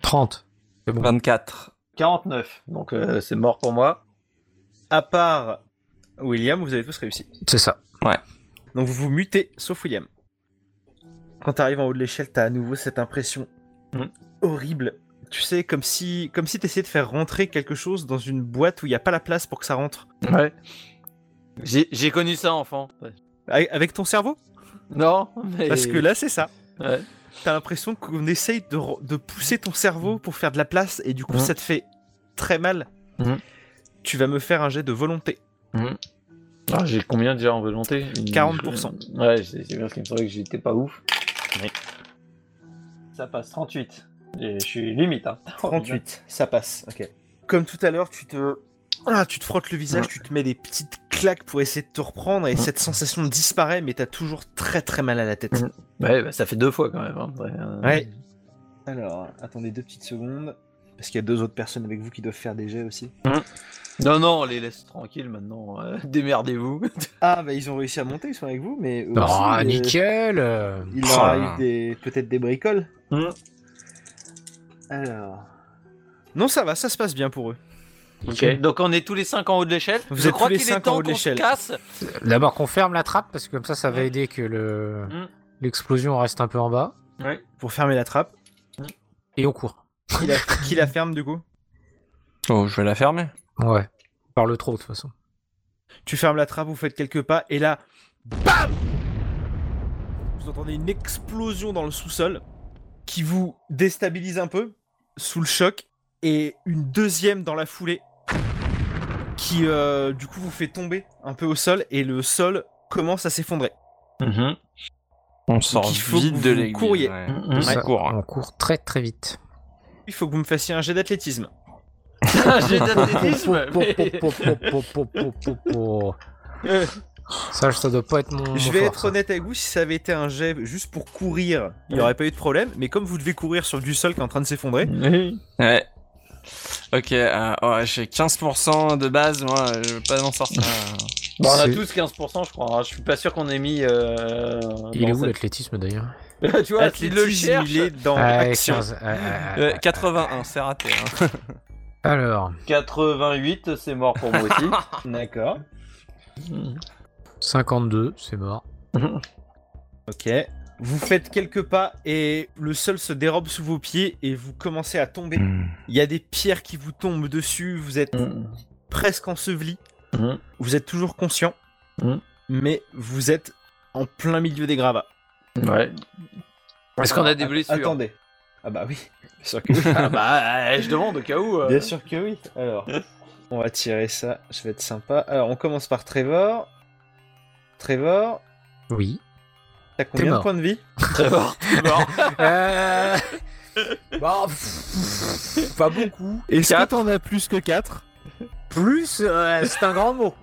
C: 30.
D: 24.
B: 49. Donc, euh, c'est mort pour moi.
A: À part William, vous avez tous réussi.
C: C'est ça.
A: Donc vous vous mutez, sauf William. Quand t'arrives en haut de l'échelle, t'as à nouveau cette impression
B: Mhm.
A: horrible. Tu sais, comme si, comme si t'essayais de faire rentrer quelque chose dans une boîte où il n'y a pas la place pour que ça rentre.
B: Ouais. J'ai j'ai connu ça, enfant.
A: A- Avec ton cerveau
B: Non, mais...
A: Parce que là, c'est ça.
B: Ouais.
A: T'as l'impression qu'on essaye de, re- de pousser ton cerveau pour faire de la place et du coup,
B: Mhm.
A: ça te fait très mal.
B: Mhm.
A: Tu vas me faire un jet de volonté.
B: Ah, j'ai combien déjà en volonté
A: 40%.
B: Ouais, c'est c'est bien ce qui me semblait que j'étais pas ouf. Ça passe 38. Et je suis limite. Hein.
A: 38, Oh, ça passe. Ok. Comme tout à l'heure, tu te, ah, tu te frottes le visage, tu te mets des petites claques pour essayer de te reprendre et cette sensation disparaît, mais t'as toujours très très mal à la tête.
B: Ouais, bah, ça fait deux fois quand même. hein. Ouais, euh,
A: Ouais. Alors, attendez deux petites secondes. Parce qu'il y a deux autres personnes avec vous qui doivent faire des jets aussi.
B: Non, non, on les laisse tranquilles maintenant. euh, Démerdez-vous.
A: Ah, bah ils ont réussi à monter, ils sont avec vous, mais. eux aussi,
C: Oh,
B: Ah,
A: euh,
C: nickel euh.
A: Il
C: Oh
A: leur
C: là
A: arrive
C: là.
A: des- peut-être des bricoles.
B: Hmm.
A: Alors. Non, ça va, ça se passe bien pour eux.
B: Ok. Donc on est tous les cinq en haut de l'échelle.
A: Vous
B: Je
A: êtes
B: crois
A: tous les
B: qu'il
A: cinq
B: est
A: en haut
B: temps
A: de
B: qu'on se
A: l'échelle.
B: casse.
C: D'abord qu'on ferme la trappe, parce que comme ça, ça va aider que le...
B: Mm.
C: l'explosion reste un peu en bas.
A: Pour fermer la trappe.
C: Et on court.
A: Qui la, qui la ferme du coup
D: Oh, je vais la fermer.
C: Ouais. Par le trop, de toute façon.
A: Tu fermes la trappe, vous faites quelques pas, et là, BAM Vous entendez une explosion dans le sous-sol qui vous déstabilise un peu sous le choc, et une deuxième dans la foulée qui, euh, du coup, vous fait tomber un peu au sol, et le sol commence à s'effondrer.
D: On sort
A: il faut que
D: vite de
A: vous
D: l'église.
A: couriez.
D: ouais.
B: Mhm.
D: On
C: Ouais.
D: court, hein.
C: On court très très vite.
A: Il faut que vous me fassiez un jet d'athlétisme.
B: J'ai d'athlétisme.
C: Po,
B: mais-
C: po, po, po, po, po, po, po.
B: Euh.
C: Ça, ça doit pas être mon.
A: Je
C: mon
A: vais
C: fort,
A: être
C: ça.
A: honnête avec vous, si ça avait été un jet juste pour courir, il n'y aurait pas eu de problème, mais comme vous devez courir sur du sol qui est en train de s'effondrer,
D: Ouais. Ok, euh, ouais, j'ai 15% de base, moi, je vais pas m'en sortir.
B: Bon, on a
C: C'est-
B: tous 15%, je crois. hein. Je suis pas sûr qu'on ait mis. euh,
C: hein. Il est
B: dans
C: où l'athlétisme d'ailleurs
B: cette- Tu vois, s'il le
A: l'athlétisme,
B: cherche.
A: il est dans
C: Ah,
A: action.
C: 15, ah, ah, ah.
D: Euh, 81, c'est raté. hein.
C: Alors,
B: 88, c'est mort pour moi aussi.
A: D'accord.
C: 52, c'est mort.
A: Ok. Vous faites quelques pas et le sol se dérobe sous vos pieds et vous commencez à tomber. Il y a des pierres qui vous tombent dessus, vous êtes
B: Hmm.
A: presque enseveli.
B: Mhm.
A: Vous êtes toujours conscient,
B: Mhm.
A: mais vous êtes en plein milieu des gravats.
B: Ouais. Est-ce qu'on a des
A: Att-
B: blessures
A: Attendez. Ah bah oui. Bien sûr que
B: Ah bah, euh, je demande au cas où. euh.
A: Bien sûr que oui. Alors, on va tirer ça. Je vais être sympa. Alors, on commence par Trevor. Trevor,
C: Oui.
A: t'as combien de
C: mort.
A: points de vie
B: Trevor, t'es mort.
C: Euh... bah, pff, pff, pas beaucoup.
F: Est-ce
B: Quatre.
F: que t'en as plus que 4
C: Plus, euh, c'est un grand mot.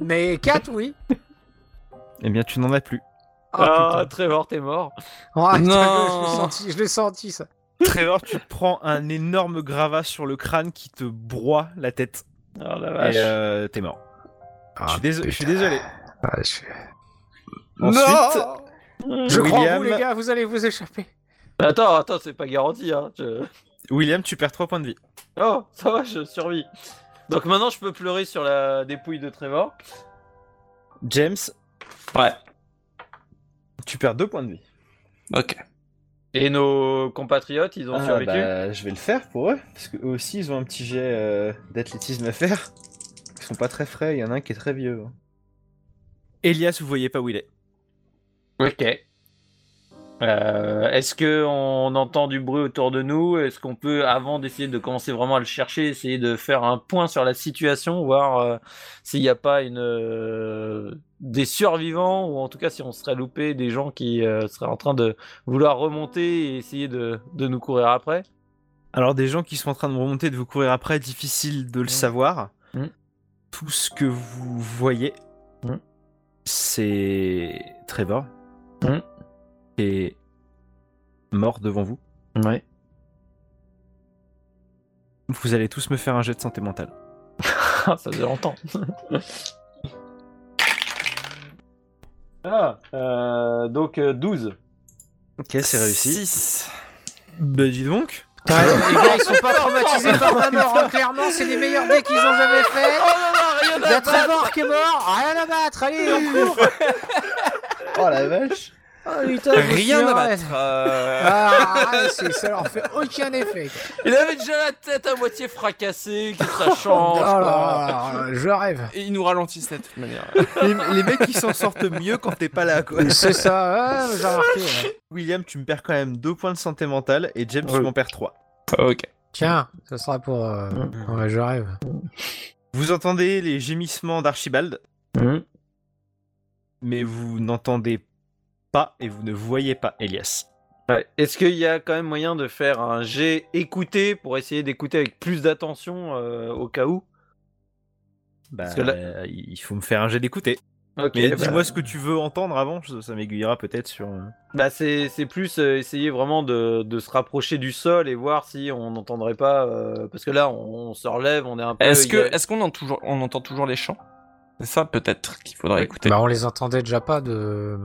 C: Mais 4, oui.
A: Eh bien, tu n'en as plus.
C: Oh,
B: Ah,
C: putain.
B: Trevor, t'es mort.
C: Oh, putain,
D: Non.
C: je l'ai senti, je l'ai senti, ça.
A: Trevor, tu te prends un énorme gravat sur le crâne qui te broie la tête.
B: Oh la
A: Et euh, t'es mort.
C: Ah,
A: je, suis déso- je suis désolé.
C: Ah, je
A: Ensuite,
C: je crois en vous,
A: William.
C: les gars, vous allez vous échapper.
B: Attends, attends, c'est pas garanti. Hein. je-
A: William, tu perds 3 points de vie.
B: Oh, ça va, je survis. Donc maintenant, je peux pleurer sur la dépouille de Trevor.
A: James,
D: Ouais,
A: tu perds 2 points de vie.
D: ok.
B: Et nos compatriotes, ils ont survécu.
A: Ah, bah, je vais le faire pour eux, parce qu'eux aussi, ils ont un petit jet euh, d'athlétisme à faire. Ils sont pas très frais, il y en a un qui est très vieux. hein. Elias, vous voyez pas où il est.
B: Ok. Euh, Est-ce que on entend du bruit autour de nous Est-ce qu'on peut, avant d'essayer de commencer vraiment à le chercher, essayer de faire un point sur la situation, voir euh, s'il n'y a pas une euh, des survivants ou en tout cas si on serait loupé des gens qui euh, seraient en train de vouloir remonter et essayer de, de nous courir après
A: Alors, des gens qui sont en train de remonter et de vous courir après, difficile de le savoir.
B: Mm.
A: Tout ce que vous voyez,
B: Mm.
A: c'est Trevor
B: Mm.
A: qui est mort devant vous.
B: Ouais.
A: Vous allez tous me faire un jet de santé mentale.
B: Ça faisait longtemps. ah, euh, donc euh, 12.
A: Ok, c'est réussi.
D: Six.
A: Bah, dis donc.
C: les gars, ils sont pas traumatisés par ma mort, hein. clairement, c'est les meilleurs dés qu'ils ont jamais fait.
F: Oh
C: Il y a Trevor qui est mort, Ah, rien à battre, allez, on court.
G: Oh la vache
C: Oh, putain,
D: Rien à
C: monsieur,
D: battre.
C: ouais.
D: euh,
C: Ah, ouais, c'est- ça leur fait aucun effet.
B: Il avait déjà la tête à moitié fracassée, qu'est-ce que ça
C: Oh
B: change
C: là
B: quoi.
C: là là, je rêve.
D: et ils nous ralentissent là, de toute manière.
A: les, les mecs, ils s'en sortent mieux quand t'es pas là, quoi.
C: C'est ça, ouais, j'ai remarqué. ouais.
A: William, tu me perds quand même deux points de santé mentale et James, tu m'en perds trois.
D: ok.
C: Tiens, ça sera pour. euh, Ouais, je rêve.
A: Vous entendez les gémissements d'Archibald,
B: Mhm.
A: mais vous n'entendez pas et vous ne voyez pas Elias.
B: Ouais. Est-ce qu'il y a quand même moyen de faire un jet écouté pour essayer d'écouter avec plus d'attention euh, au cas où
A: Bah,
B: Parce que là-
A: euh, il faut me faire un jet d'écouter.
B: Ok,
A: Mais
B: bah-
A: dis-moi ce que tu veux entendre avant, ça ça m'aiguillera peut-être sur. euh,
B: bah c'est c'est plus euh, essayer vraiment de, de se rapprocher du sol et voir si on n'entendrait pas euh, parce que là on, on se relève, on est un peu.
D: Est-ce
B: il y a-
D: que, est-ce qu'on entend toujours, on entend toujours les chants C'est ça peut-être qu'il faudrait écouter.
C: Bah, on les entendait déjà pas de.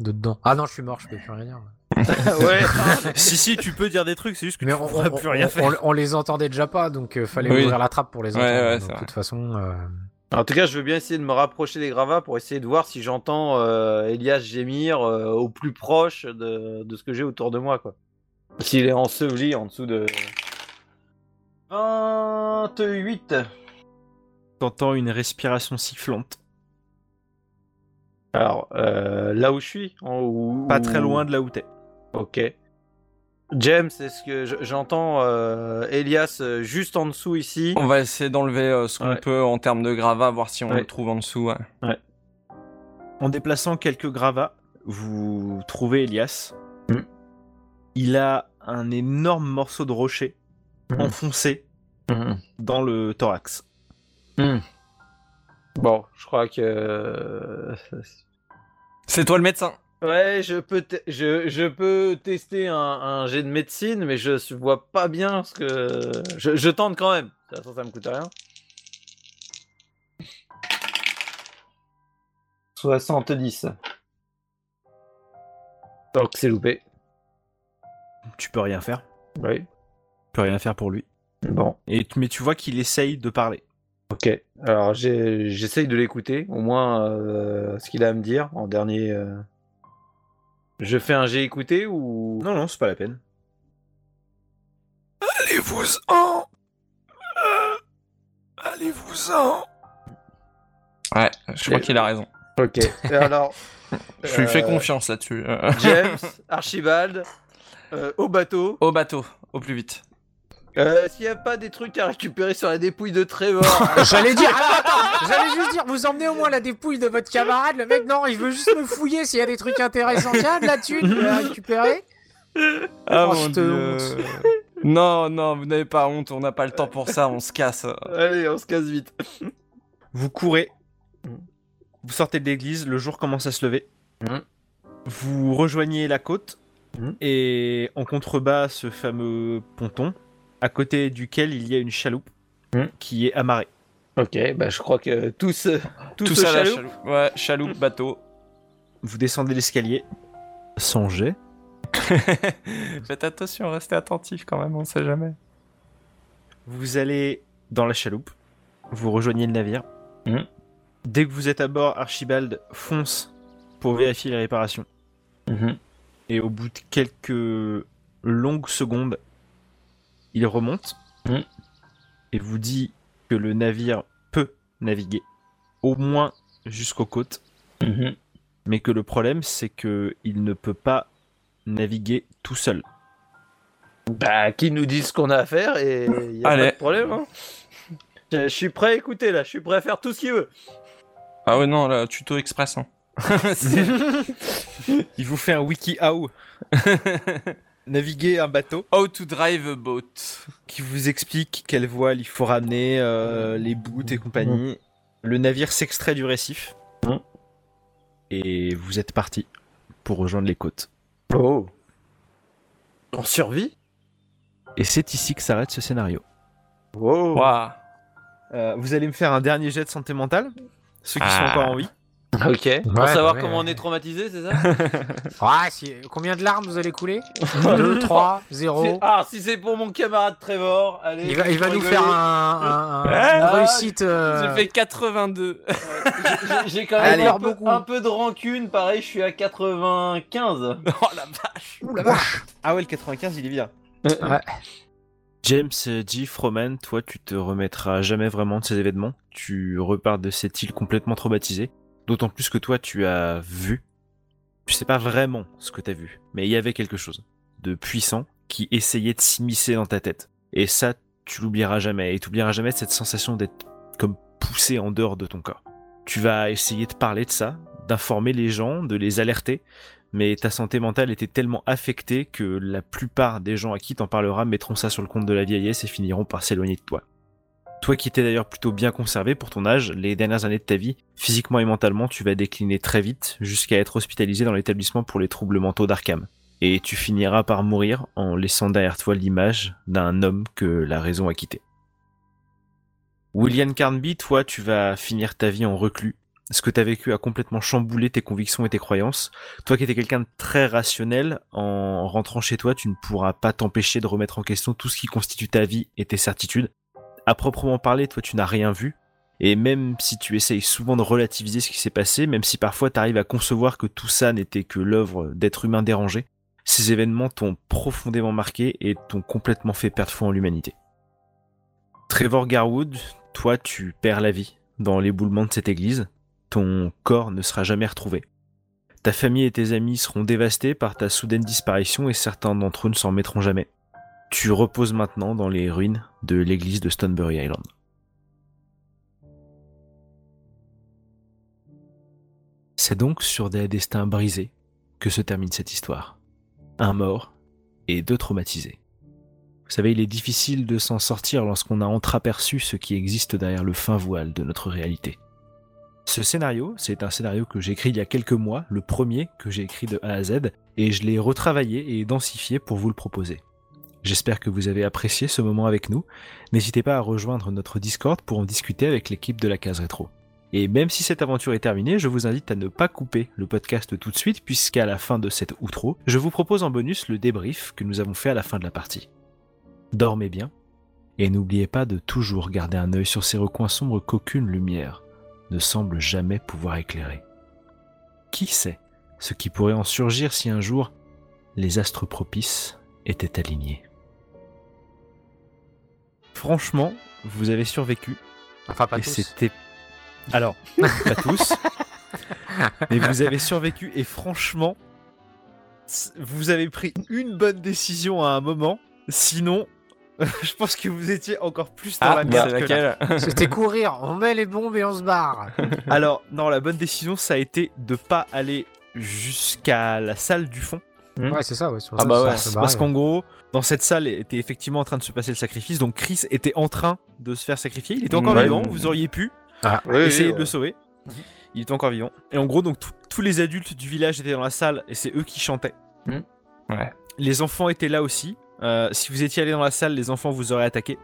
C: de dedans. Ah non, je suis mort, je peux plus rien dire.
B: ouais.
A: si, si, tu peux dire des trucs, c'est juste que
C: Mais
A: tu
C: on,
A: pourras
C: on-
A: plus rien
C: on-
A: faire.
C: on- on les entendait déjà pas, donc euh, fallait
D: Oui.
C: ouvrir la trappe pour les
D: Ouais,
C: entendre.
D: ouais,
C: donc,
D: c'est
C: de
D: vrai.
C: toute façon, euh,
B: En tout cas, je veux bien essayer de me rapprocher des gravats pour essayer de voir si j'entends euh, Elias gémir euh, au plus proche de, de ce que j'ai autour de moi, quoi. S'il est enseveli en dessous de 28.
A: T'entends une respiration sifflante,
B: Alors euh, là où je suis, en- ou-
A: pas très loin de là où t'es.
B: Ok. James, est-ce que j- j'entends euh, Elias euh, juste en dessous ici
D: On va essayer d'enlever euh, ce qu'on
B: Ouais.
D: peut en termes de gravats, voir si on
B: Ouais.
D: le trouve en dessous. ouais.
A: En déplaçant quelques gravats, vous trouvez Elias.
B: Mm.
A: Il a un énorme morceau de rocher enfoncé dans le thorax.
B: Bon, je crois que euh,
D: C'est toi le médecin.
B: Ouais, je peux, te- je, je peux tester un, un jet de médecine, mais je s- vois pas bien ce que. Je, je tente quand même. De toute façon, ça me coûte rien. 70. Donc c'est loupé.
A: Tu peux rien faire.
B: Oui.
A: Tu peux rien faire pour lui.
B: Bon,
A: Et, mais tu vois qu'il essaye de parler.
B: ok. Alors j'ai- j'essaye de l'écouter, au moins euh, ce qu'il a à me dire en dernier. euh. Je fais un jet écouté ou.
A: Non, non, c'est pas la peine.
D: Allez-vous-en Allez-vous-en Ouais, je crois
B: Et-
D: qu'il a raison.
B: Ok. Alors.
D: Je lui fais
B: euh,
D: confiance là-dessus. euh.
B: James, Archibald, euh, au bateau.
D: Au bateau, au plus vite.
B: Euh, S'il n'y a pas des trucs à récupérer sur la dépouille de Trevor.
C: J'allais dire, attends, j'allais juste dire, vous emmenez au moins la dépouille de votre camarade. Le mec, non, il veut juste me fouiller s'il y a des trucs intéressants. Tiens, de la thune, je vais la récupérer.
D: Ah
C: Oh, cette
D: Non, non, vous n'avez pas honte, on n'a pas le temps pour ça, on se casse.
B: Allez, on se casse vite.
A: Vous courez.
D: Mm.
A: Vous sortez de l'église. Le jour commence à se lever.
D: Mm.
B: Mhm.
A: Vous rejoignez la côte.
B: Mhm.
A: Et en contrebas, ce fameux ponton, à côté duquel il y a une chaloupe
D: Mm.
B: Mhm.
A: qui est amarrée.
B: Ok, bah je crois que tous, euh, tous
D: Tout
B: au
D: ça, la
B: chaloupe.
D: chaloupe. Ouais, chaloupe, bateau.
A: Vous descendez l'escalier. Sans jet.
D: Faites attention, restez attentifs quand même, on sait jamais.
A: Vous allez dans la chaloupe. Vous rejoignez le navire.
D: Mm.
B: Mhm.
A: Dès que vous êtes à bord, Archibald fonce
D: Mm.
A: pour vérifier les réparations.
B: Mhm.
A: Et au bout de quelques longues secondes, il remonte
B: Mhm.
A: et vous dit que le navire peut naviguer, au moins jusqu'aux côtes.
B: Mhm.
A: Mais que le problème, c'est que il ne peut pas naviguer tout seul.
B: Bah, qu'ils nous disent ce qu'on a à faire et il y a
D: Allez.
B: pas de problème. hein. Je je suis prêt à écouter là, je suis prêt à faire tout ce qu'il veut.
D: Ah ouais, non, là, tuto express. hein. C'est-
H: Il vous fait un wiki how naviguer un bateau
D: How to drive a boat.
H: qui vous explique quelle voile il faut ramener, euh, les bouts et compagnie. Le navire s'extrait du récif
A: Et vous êtes parti pour rejoindre les côtes.
B: Oh. On survit
A: Et c'est ici que s'arrête ce scénario.
B: Wow.
D: Waouh.
H: Euh, vous allez me faire un dernier jet de santé mentale, ceux qui sont
D: Ah.
H: encore en vie.
B: Ok. Pour savoir
C: ouais,
B: comment
C: ouais.
B: on est traumatisé, c'est ça
C: Ah, si... Combien de larmes vous allez couler 2, 3, 0.
B: C'est- Ah, si c'est pour mon camarade Trevor, allez.
C: Il va, il va nous
B: rigolez.
C: faire un, un- un- une
B: Ah,
C: réussite. euh,
D: J'ai fait 82.
B: J'ai- J'ai quand même
C: Allez.
B: un peu,
C: beaucoup.
B: un peu de rancune, pareil, je suis à 95.
D: oh la vache.
H: Ah ouais, le 95, il est bien.
A: James G. Froman, toi, tu te remettras jamais vraiment de ces événements. Tu repars de cette île complètement traumatisée. D'autant plus que toi, tu as vu. Tu sais pas vraiment ce que t'as vu, mais il y avait quelque chose de puissant qui essayait de s'immiscer dans ta tête. Et ça, tu l'oublieras jamais. Et t'oublieras jamais cette sensation d'être comme poussé en dehors de ton corps. Tu vas essayer de parler de ça, d'informer les gens, de les alerter, mais ta santé mentale était tellement affectée que la plupart des gens à qui t'en parleras mettront ça sur le compte de la vieillesse et finiront par s'éloigner de toi. Toi qui étais d'ailleurs plutôt bien conservé pour ton âge, les dernières années de ta vie, physiquement et mentalement, tu vas décliner très vite jusqu'à être hospitalisé dans l'établissement pour les troubles mentaux d'Arkham. Et tu finiras par mourir en laissant derrière toi l'image d'un homme que la raison a quitté. William Carnby, toi, tu vas finir ta vie en reclus. Ce que t'as vécu a complètement chamboulé tes convictions et tes croyances. Toi qui étais quelqu'un de très rationnel, en rentrant chez toi, tu ne pourras pas t'empêcher de remettre en question tout ce qui constitue ta vie et tes certitudes. À proprement parler, toi tu n'as rien vu. Et même si tu essayes souvent de relativiser ce qui s'est passé, même si parfois tu arrives à concevoir que tout ça n'était que l'œuvre d'êtres humains dérangés, ces événements t'ont profondément marqué et t'ont complètement fait perdre foi en l'humanité. Trevor Garwood, toi tu perds la vie dans l'éboulement de cette église. Ton corps ne sera jamais retrouvé. Ta famille et tes amis seront dévastés par ta soudaine disparition et certains d'entre eux ne s'en remettront jamais. Tu reposes maintenant dans les ruines de l'église de Stonebury Island. C'est donc sur des destins brisés que se termine cette histoire. Un mort et deux traumatisés. Vous savez, il est difficile de s'en sortir lorsqu'on a entreaperçu ce qui existe derrière le fin voile de notre réalité. Ce scénario, c'est un scénario que j'ai écrit il y a quelques mois, le premier que j'ai écrit de A à Z, et je l'ai retravaillé et densifié pour vous le proposer. J'espère que vous avez apprécié ce moment avec nous. N'hésitez pas à rejoindre notre Discord pour en discuter avec l'équipe de la case rétro. Et même si cette aventure est terminée, je vous invite à ne pas couper le podcast tout de suite, puisqu'à la fin de cette outro, je vous propose en bonus le débrief que nous avons fait à la fin de la partie. Dormez bien, et n'oubliez pas de toujours garder un œil sur ces recoins sombres qu'aucune lumière ne semble jamais pouvoir éclairer. Qui sait ce qui pourrait en surgir si un jour les astres propices étaient alignés Franchement, vous avez survécu
C: Enfin, pas
A: et
C: tous.
A: c'était. Alors, pas tous, mais vous avez survécu et franchement, c- vous avez pris une bonne décision à un moment, sinon, je pense que vous étiez encore plus dans
D: Ah,
A: la
C: bah,
D: mais
A: merde.
D: c'est
A: que là.
D: laquelle
C: C'était courir, on met les bombes et on se barre.
A: Alors, non, la bonne décision, ça a été de pas aller jusqu'à la salle du fond.
C: Ouais, c'est ça, ouais. sur
D: Ah
C: ça,
D: bah
C: ça,
D: ouais,
C: ça se
A: parce
C: barre,
A: qu'en gros, dans cette salle était effectivement en train de se passer le sacrifice. Donc, Chris était en train de se faire sacrifier. Il était encore
D: Ouais.
A: vivant. Vous auriez pu essayer de le sauver.
D: Mhm.
A: Il était encore vivant. Et en gros, donc, tout- tous les adultes du village étaient dans la salle et c'est eux qui chantaient.
D: Mhm. Ouais.
A: Les enfants étaient là aussi. Euh, si vous étiez allé dans la salle, les enfants vous auraient attaqué.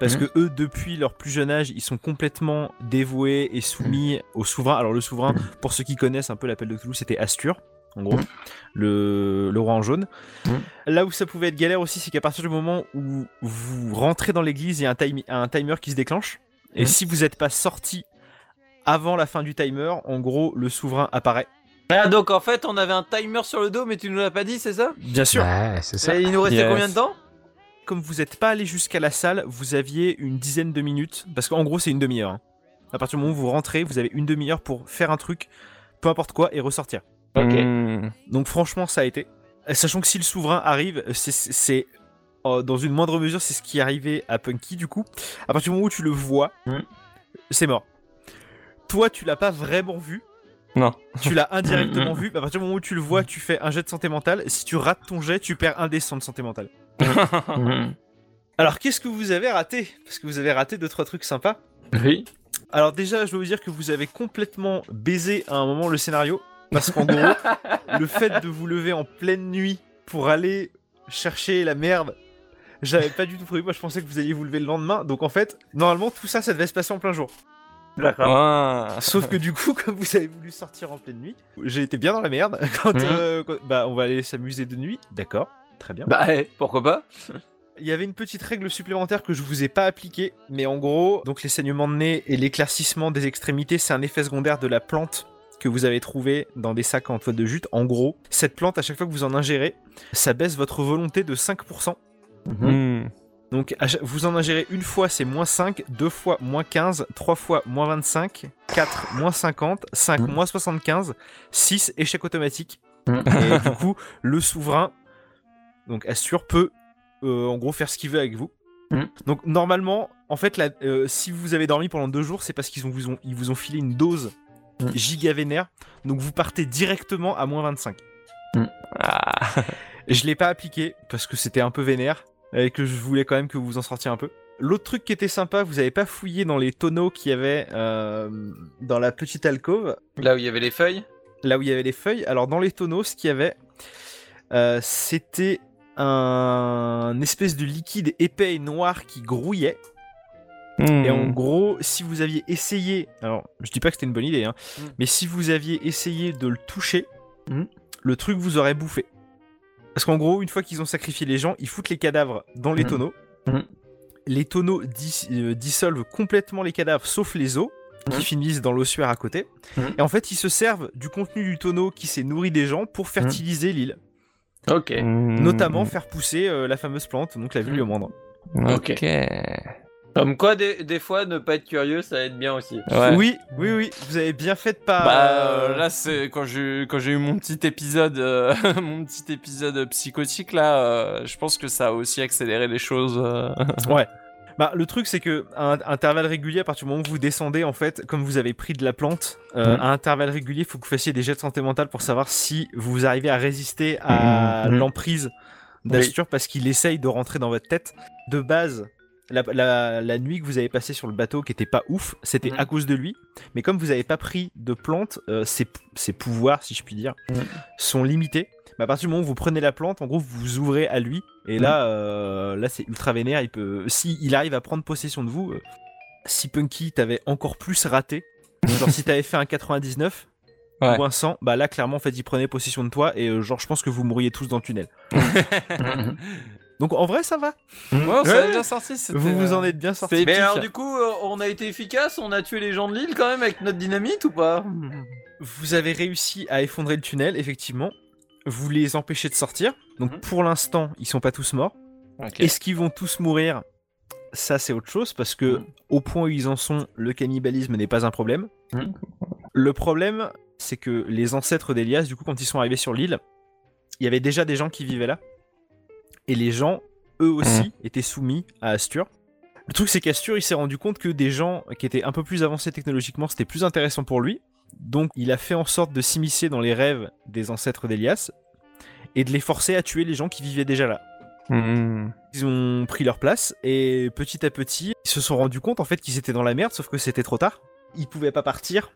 A: Parce
D: Mhm.
A: que eux, depuis leur plus jeune âge, ils sont complètement dévoués et soumis au souverain. Alors, le souverain,
D: Mhm.
A: pour ceux qui connaissent un peu l'appel de Cthulhu, c'était Astur, en gros, le, le roi en jaune.
D: Mhm.
A: Là où ça pouvait être galère aussi, c'est qu'à partir du moment où vous rentrez dans l'église, il y a un, time- un timer qui se déclenche. Et
D: Mhm.
A: si vous n'êtes pas sorti avant la fin du timer, en gros, le souverain apparaît.
B: Ah, donc en fait, on avait un timer sur le dos, mais tu nous l'as pas dit, c'est ça
A: Bien sûr.
C: Ouais, c'est ça.
B: Et il nous restait
D: Yes.
B: combien de temps
A: Comme vous n'êtes pas allé jusqu'à la salle, vous aviez une dizaine de minutes. Parce qu'en gros, c'est une demi-heure. hein. À partir du moment où vous rentrez, vous avez une demi-heure pour faire un truc, peu importe quoi, et ressortir.
D: Hmm.
A: Donc franchement, ça a été.
H: Sachant que si le souverain arrive, c'est- c'est c'est, euh, dans une moindre mesure, c'est ce qui est arrivé à Punky du coup. À partir du moment où tu le vois,
D: Mhm.
H: c'est mort. Toi, tu l'as pas vraiment vu.
D: Non.
H: Tu l'as indirectement vu. mais À partir du moment où tu le vois, tu fais un jet de santé mentale. Si tu rates ton jet, tu perds un des 100 de santé mentale.
D: Mhm.
H: Alors, qu'est-ce que vous avez raté Parce que vous avez raté deux trois trucs sympas.
B: Oui.
H: Alors déjà, je dois vous dire que vous avez complètement baisé à un moment le scénario, parce qu'en gros, le fait de vous lever en pleine nuit pour aller chercher la merde, j'avais pas du tout prévu. Moi, je pensais que vous alliez vous lever le lendemain. Donc en fait, normalement, tout ça, ça devait se passer en plein jour.
B: D'accord.
D: Ah.
H: Sauf que du coup, comme vous avez voulu sortir en pleine nuit, j'ai été bien dans la merde. Quand,
D: Mhm.
H: euh, quand- bah, on va aller s'amuser de nuit, d'accord, très bien.
B: Bah, eh, pourquoi pas
H: Il y avait une petite règle supplémentaire que je vous ai pas appliquée, mais en gros, donc les saignements de nez et l'éclaircissement des extrémités, c'est un effet secondaire de la plante que vous avez trouvé dans des sacs en toile de jute. En gros, cette plante, à chaque fois que vous en ingérez, ça baisse votre volonté de 5%.
D: Hmm.
H: Donc à chaque- vous en ingérez une fois, c'est moins 5, deux fois moins 15, trois fois moins 25, 4 moins 50, 5 moins 75, 6 échec automatique. Et du coup, le souverain, donc Assure, peut euh, en gros faire ce qu'il veut avec vous.
D: Mm.
H: Donc normalement, en fait, la- euh, si vous avez dormi pendant deux jours, c'est parce qu'ils ont, vous ont, ils vous ont filé une dose giga vénère. Donc vous partez directement à moins 25.
D: Ah.
H: Je l'ai pas appliqué parce que c'était un peu vénère et que je voulais quand même que vous vous en sortiez un peu. L'autre truc qui était sympa, vous avez pas fouillé dans les tonneaux qu'il y avait euh, dans la petite alcôve,
B: Là où il y avait les feuilles
H: là où il y avait les feuilles. Alors dans les tonneaux, ce qu'il y avait, euh, c'était un espèce de liquide épais et noir qui grouillait. Et en
D: Hmm.
H: gros, si vous aviez essayé, alors je dis pas que c'était une bonne idée, hein,
B: Mm.
H: mais si vous aviez essayé de le toucher,
D: Mm.
H: le truc vous aurait bouffé. Parce qu'en gros, une fois qu'ils ont sacrifié les gens, ils foutent les cadavres dans les
D: Mm.
H: tonneaux.
D: Mm.
H: Les tonneaux dis- euh, dissolvent complètement les cadavres, sauf les os,
D: Hmm.
H: qui finissent dans l'ossuaire à côté.
D: Mm.
H: Et en fait, ils se servent du contenu du tonneau qui s'est nourri des gens pour fertiliser l'île.
B: Ok.
D: Hmm.
H: Notamment faire pousser euh, la fameuse plante, donc la vulgamandre.
D: Ok.
B: Comme quoi, des, des fois, ne pas être curieux, ça aide bien aussi.
D: Ouais.
H: Oui, oui, oui, vous avez bien fait de pas...
D: Bah euh,
H: euh,
D: là c'est quand j'ai quand j'ai eu mon petit épisode euh, mon petit épisode psychotique là euh, je pense que ça a aussi accéléré les choses euh.
H: Bah, le truc, c'est que à un- intervalles réguliers, à partir du moment où vous descendez, en fait, comme vous avez pris de la plante, euh,
D: Mhm.
H: à intervalles réguliers, il faut que vous fassiez des jets de santé mentale pour savoir si vous arrivez à résister à
D: Mhm.
H: l'emprise d'Astur parce qu'il essaye de rentrer dans votre tête. De base, la, la- la nuit que vous avez passée sur le bateau, qui était pas ouf, c'était à cause de lui. Mais comme vous n'avez pas pris de plante, euh, ses, ses pouvoirs, si je puis dire, sont limités. Mais à partir du moment où vous prenez la plante, en gros, vous vous ouvrez à lui. Et là, euh, là, c'est ultra vénère. Il peut, si il arrive à prendre possession de vous, euh, si Punky t'avait encore plus raté, genre si t'avais fait un 99
D: Ouais.
H: ou un 100, bah là, clairement, en fait, il prenait possession de toi. Et euh, genre, je pense que vous mourriez tous dans le tunnel. Donc, en vrai, ça va.
D: ouais, ça a
H: Ouais.
D: bien sorti c'était,
H: Vous vous
D: euh,
H: en êtes bien sorti.
D: c'était
B: Mais
D: épique.
B: alors, du coup, euh, on a été efficace, on a tué les gens de l'île quand même avec notre dynamite ou pas
H: Vous avez réussi à effondrer le tunnel, effectivement. Vous les empêchez de sortir. Donc,
B: Mhm.
H: pour l'instant, ils sont pas tous morts.
D: Ok.
H: Est-ce qu'ils vont tous mourir Ça, c'est autre chose parce que
D: Mm.
H: au point où ils en sont, le cannibalisme n'est pas un problème.
D: Mm.
H: Le problème, c'est que les ancêtres d'Elias, du coup, quand ils sont arrivés sur l'île, il y avait déjà des gens qui vivaient là. Et les gens, eux aussi, étaient soumis à Astur. Le truc, c'est qu'Astur, il s'est rendu compte que des gens qui étaient un peu plus avancés technologiquement, c'était plus intéressant pour lui. Donc, il a fait en sorte de s'immiscer dans les rêves des ancêtres d'Elias et de les forcer à tuer les gens qui vivaient déjà là.
D: Hmm.
H: Ils ont pris leur place et petit à petit, ils se sont rendus compte en fait qu'ils étaient dans la merde, sauf que c'était trop tard. Ils pouvaient pas partir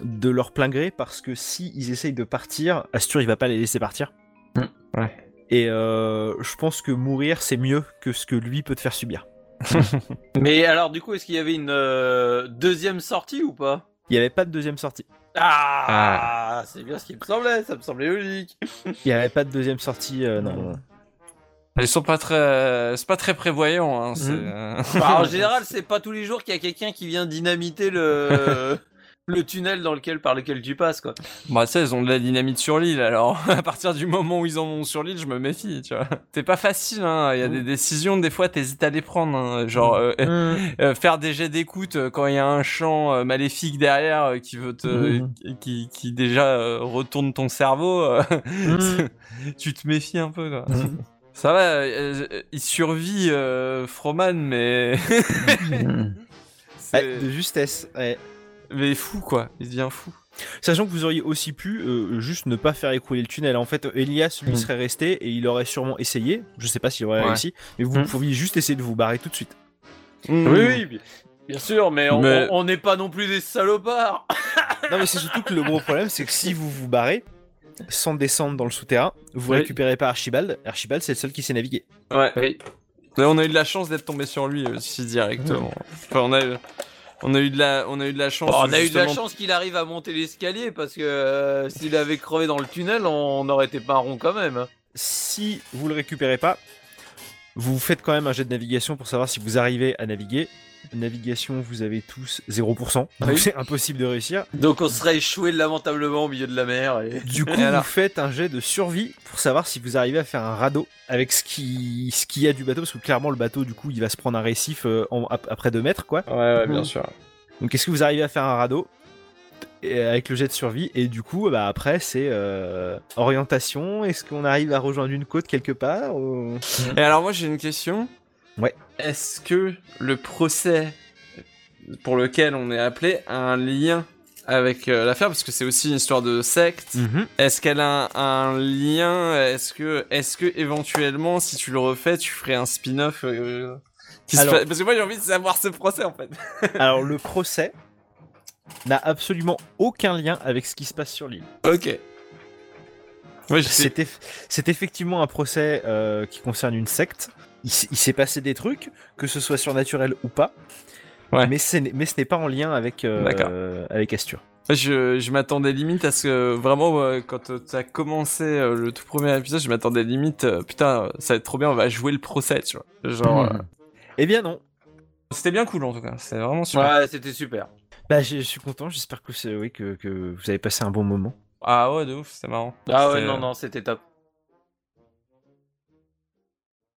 H: de leur plein gré parce que si ils essayent de partir, Astur il va pas les laisser partir.
D: ouais.
H: Et euh, je pense que mourir c'est mieux que ce que lui peut te faire subir.
B: Mais alors, du coup, est-ce qu'il y avait une euh, deuxième sortie ou pas
H: Il y avait pas de deuxième sortie.
B: ah, c'est bien ce qui me semblait, ça me semblait logique.
H: Il y avait pas de deuxième sortie. euh, non, non, non.
D: Ils sont pas très euh, c'est pas très prévoyant hein, c'est, euh,
B: Bah, en général, c'est pas tous les jours qu'il y a quelqu'un qui vient dynamiter le le tunnel dans lequel par lequel tu passes quoi.
D: Bah, ça, ils ont de la dynamite sur l'île, alors à partir du moment où ils en ont sur l'île, je me méfie, tu vois. C'est pas facile, hein. Il y a des décisions, des fois, t'hésites à les prendre, hein. Genre, euh, euh, faire des jets d'écoute euh, quand il y a un chant euh, maléfique derrière euh, qui veut te.
B: Mhm.
D: qui, qui déjà euh, retourne ton cerveau, euh,
B: Mm.
D: tu te méfies un peu, quoi.
B: Mhm.
D: Ça va, euh, euh, il survit, euh, Froman, mais.
H: Ouais,
D: C'est-
H: de justesse. ouais.
D: Mais fou, quoi. Il devient fou.
H: Sachant que vous auriez aussi pu euh, juste ne pas faire écouler le tunnel. En fait, Elias lui
D: Mm.
H: serait resté et il aurait sûrement essayé. Je sais pas s'il aurait
D: Ouais.
H: réussi, mais vous
D: Mm.
H: pouviez juste essayer de vous barrer tout de suite.
B: Oui oui, bi- bien sûr, mais on
D: Mais-
B: on- on n'est pas non plus des salopards.
H: Non, mais c'est surtout que le gros problème, c'est que si vous vous barrez sans descendre dans le souterrain, vous
D: Oui.
H: récupérez pas Archibald. Archibald, c'est le seul qui sait naviguer.
D: Ouais. Mais on a eu de la chance d'être tombé sur lui aussi directement. Enfin, on a, on a eu de la, on a eu de la chance.
B: Mhm. Bon, on a eu de la
D: Oh, justement-
B: chance qu'il arrive à monter l'escalier parce que euh, s'il avait crevé dans le tunnel, on n'aurait été pas un rond quand même. hein.
H: Si vous le récupérez pas, vous faites quand même un jet de navigation pour savoir si vous arrivez à naviguer. Navigation, vous avez tous 0%. Donc
B: Oui.
H: c'est impossible de réussir.
B: Donc on serait échoué lamentablement au milieu de la mer. Et...
H: Du coup,
D: Et alors
H: vous faites un jet de survie pour savoir si vous arrivez à faire un radeau avec ce qui, ce qu'il y a du bateau, parce que clairement le bateau, du coup, il va se prendre un récif euh, en- ap- après 2 mètres, quoi.
D: Ouais, ouais,
B: Mhm.
D: bien sûr.
H: Donc, est-ce que vous arrivez à faire un radeau et- euh, avec le jet de survie Et du coup, bah, après, c'est euh, orientation. Est-ce qu'on arrive à rejoindre une côte quelque part ou-
D: Et alors moi j'ai une question.
H: Ouais.
D: Est-ce que le procès pour lequel on est appelé a un lien avec euh, l'affaire parce que c'est aussi une histoire de secte.
H: Mm-hmm.
D: Est-ce qu'elle a un, un lien Est-ce que, est-ce que éventuellement, si tu le refais, tu ferais un spin-off euh, qui se
H: Alors-
D: fait- Parce que moi j'ai envie de savoir ce procès en fait.
H: Alors, le procès n'a absolument aucun lien avec ce qui se passe sur l'île.
D: Ok. Ouais, je sais.
H: C'est eff- c'est effectivement un procès euh, qui concerne une secte. Il, s- il s'est passé des trucs, que ce soit surnaturel ou pas.
D: Ouais.
H: Mais, c'est- mais ce n'est pas en lien avec, euh,
D: D'accord.
H: avec Astur.
D: Je, je m'attendais limite à ce que vraiment euh, quand euh, t'as commencé euh, le tout premier épisode, je m'attendais limite euh, putain, ça va être trop bien, on va jouer le procès, tu vois. Genre,
B: Hmm.
D: euh,
H: Eh bien non.
D: C'était bien cool en tout cas, c'était vraiment super.
B: Ouais, c'était super.
H: Bah, je je suis content, j'espère que, c'est- oui, que, que vous avez passé un bon moment.
D: Ah ouais, de ouf, c'était marrant.
B: Ah ouais,
D: C'était-
B: non, non, c'était top.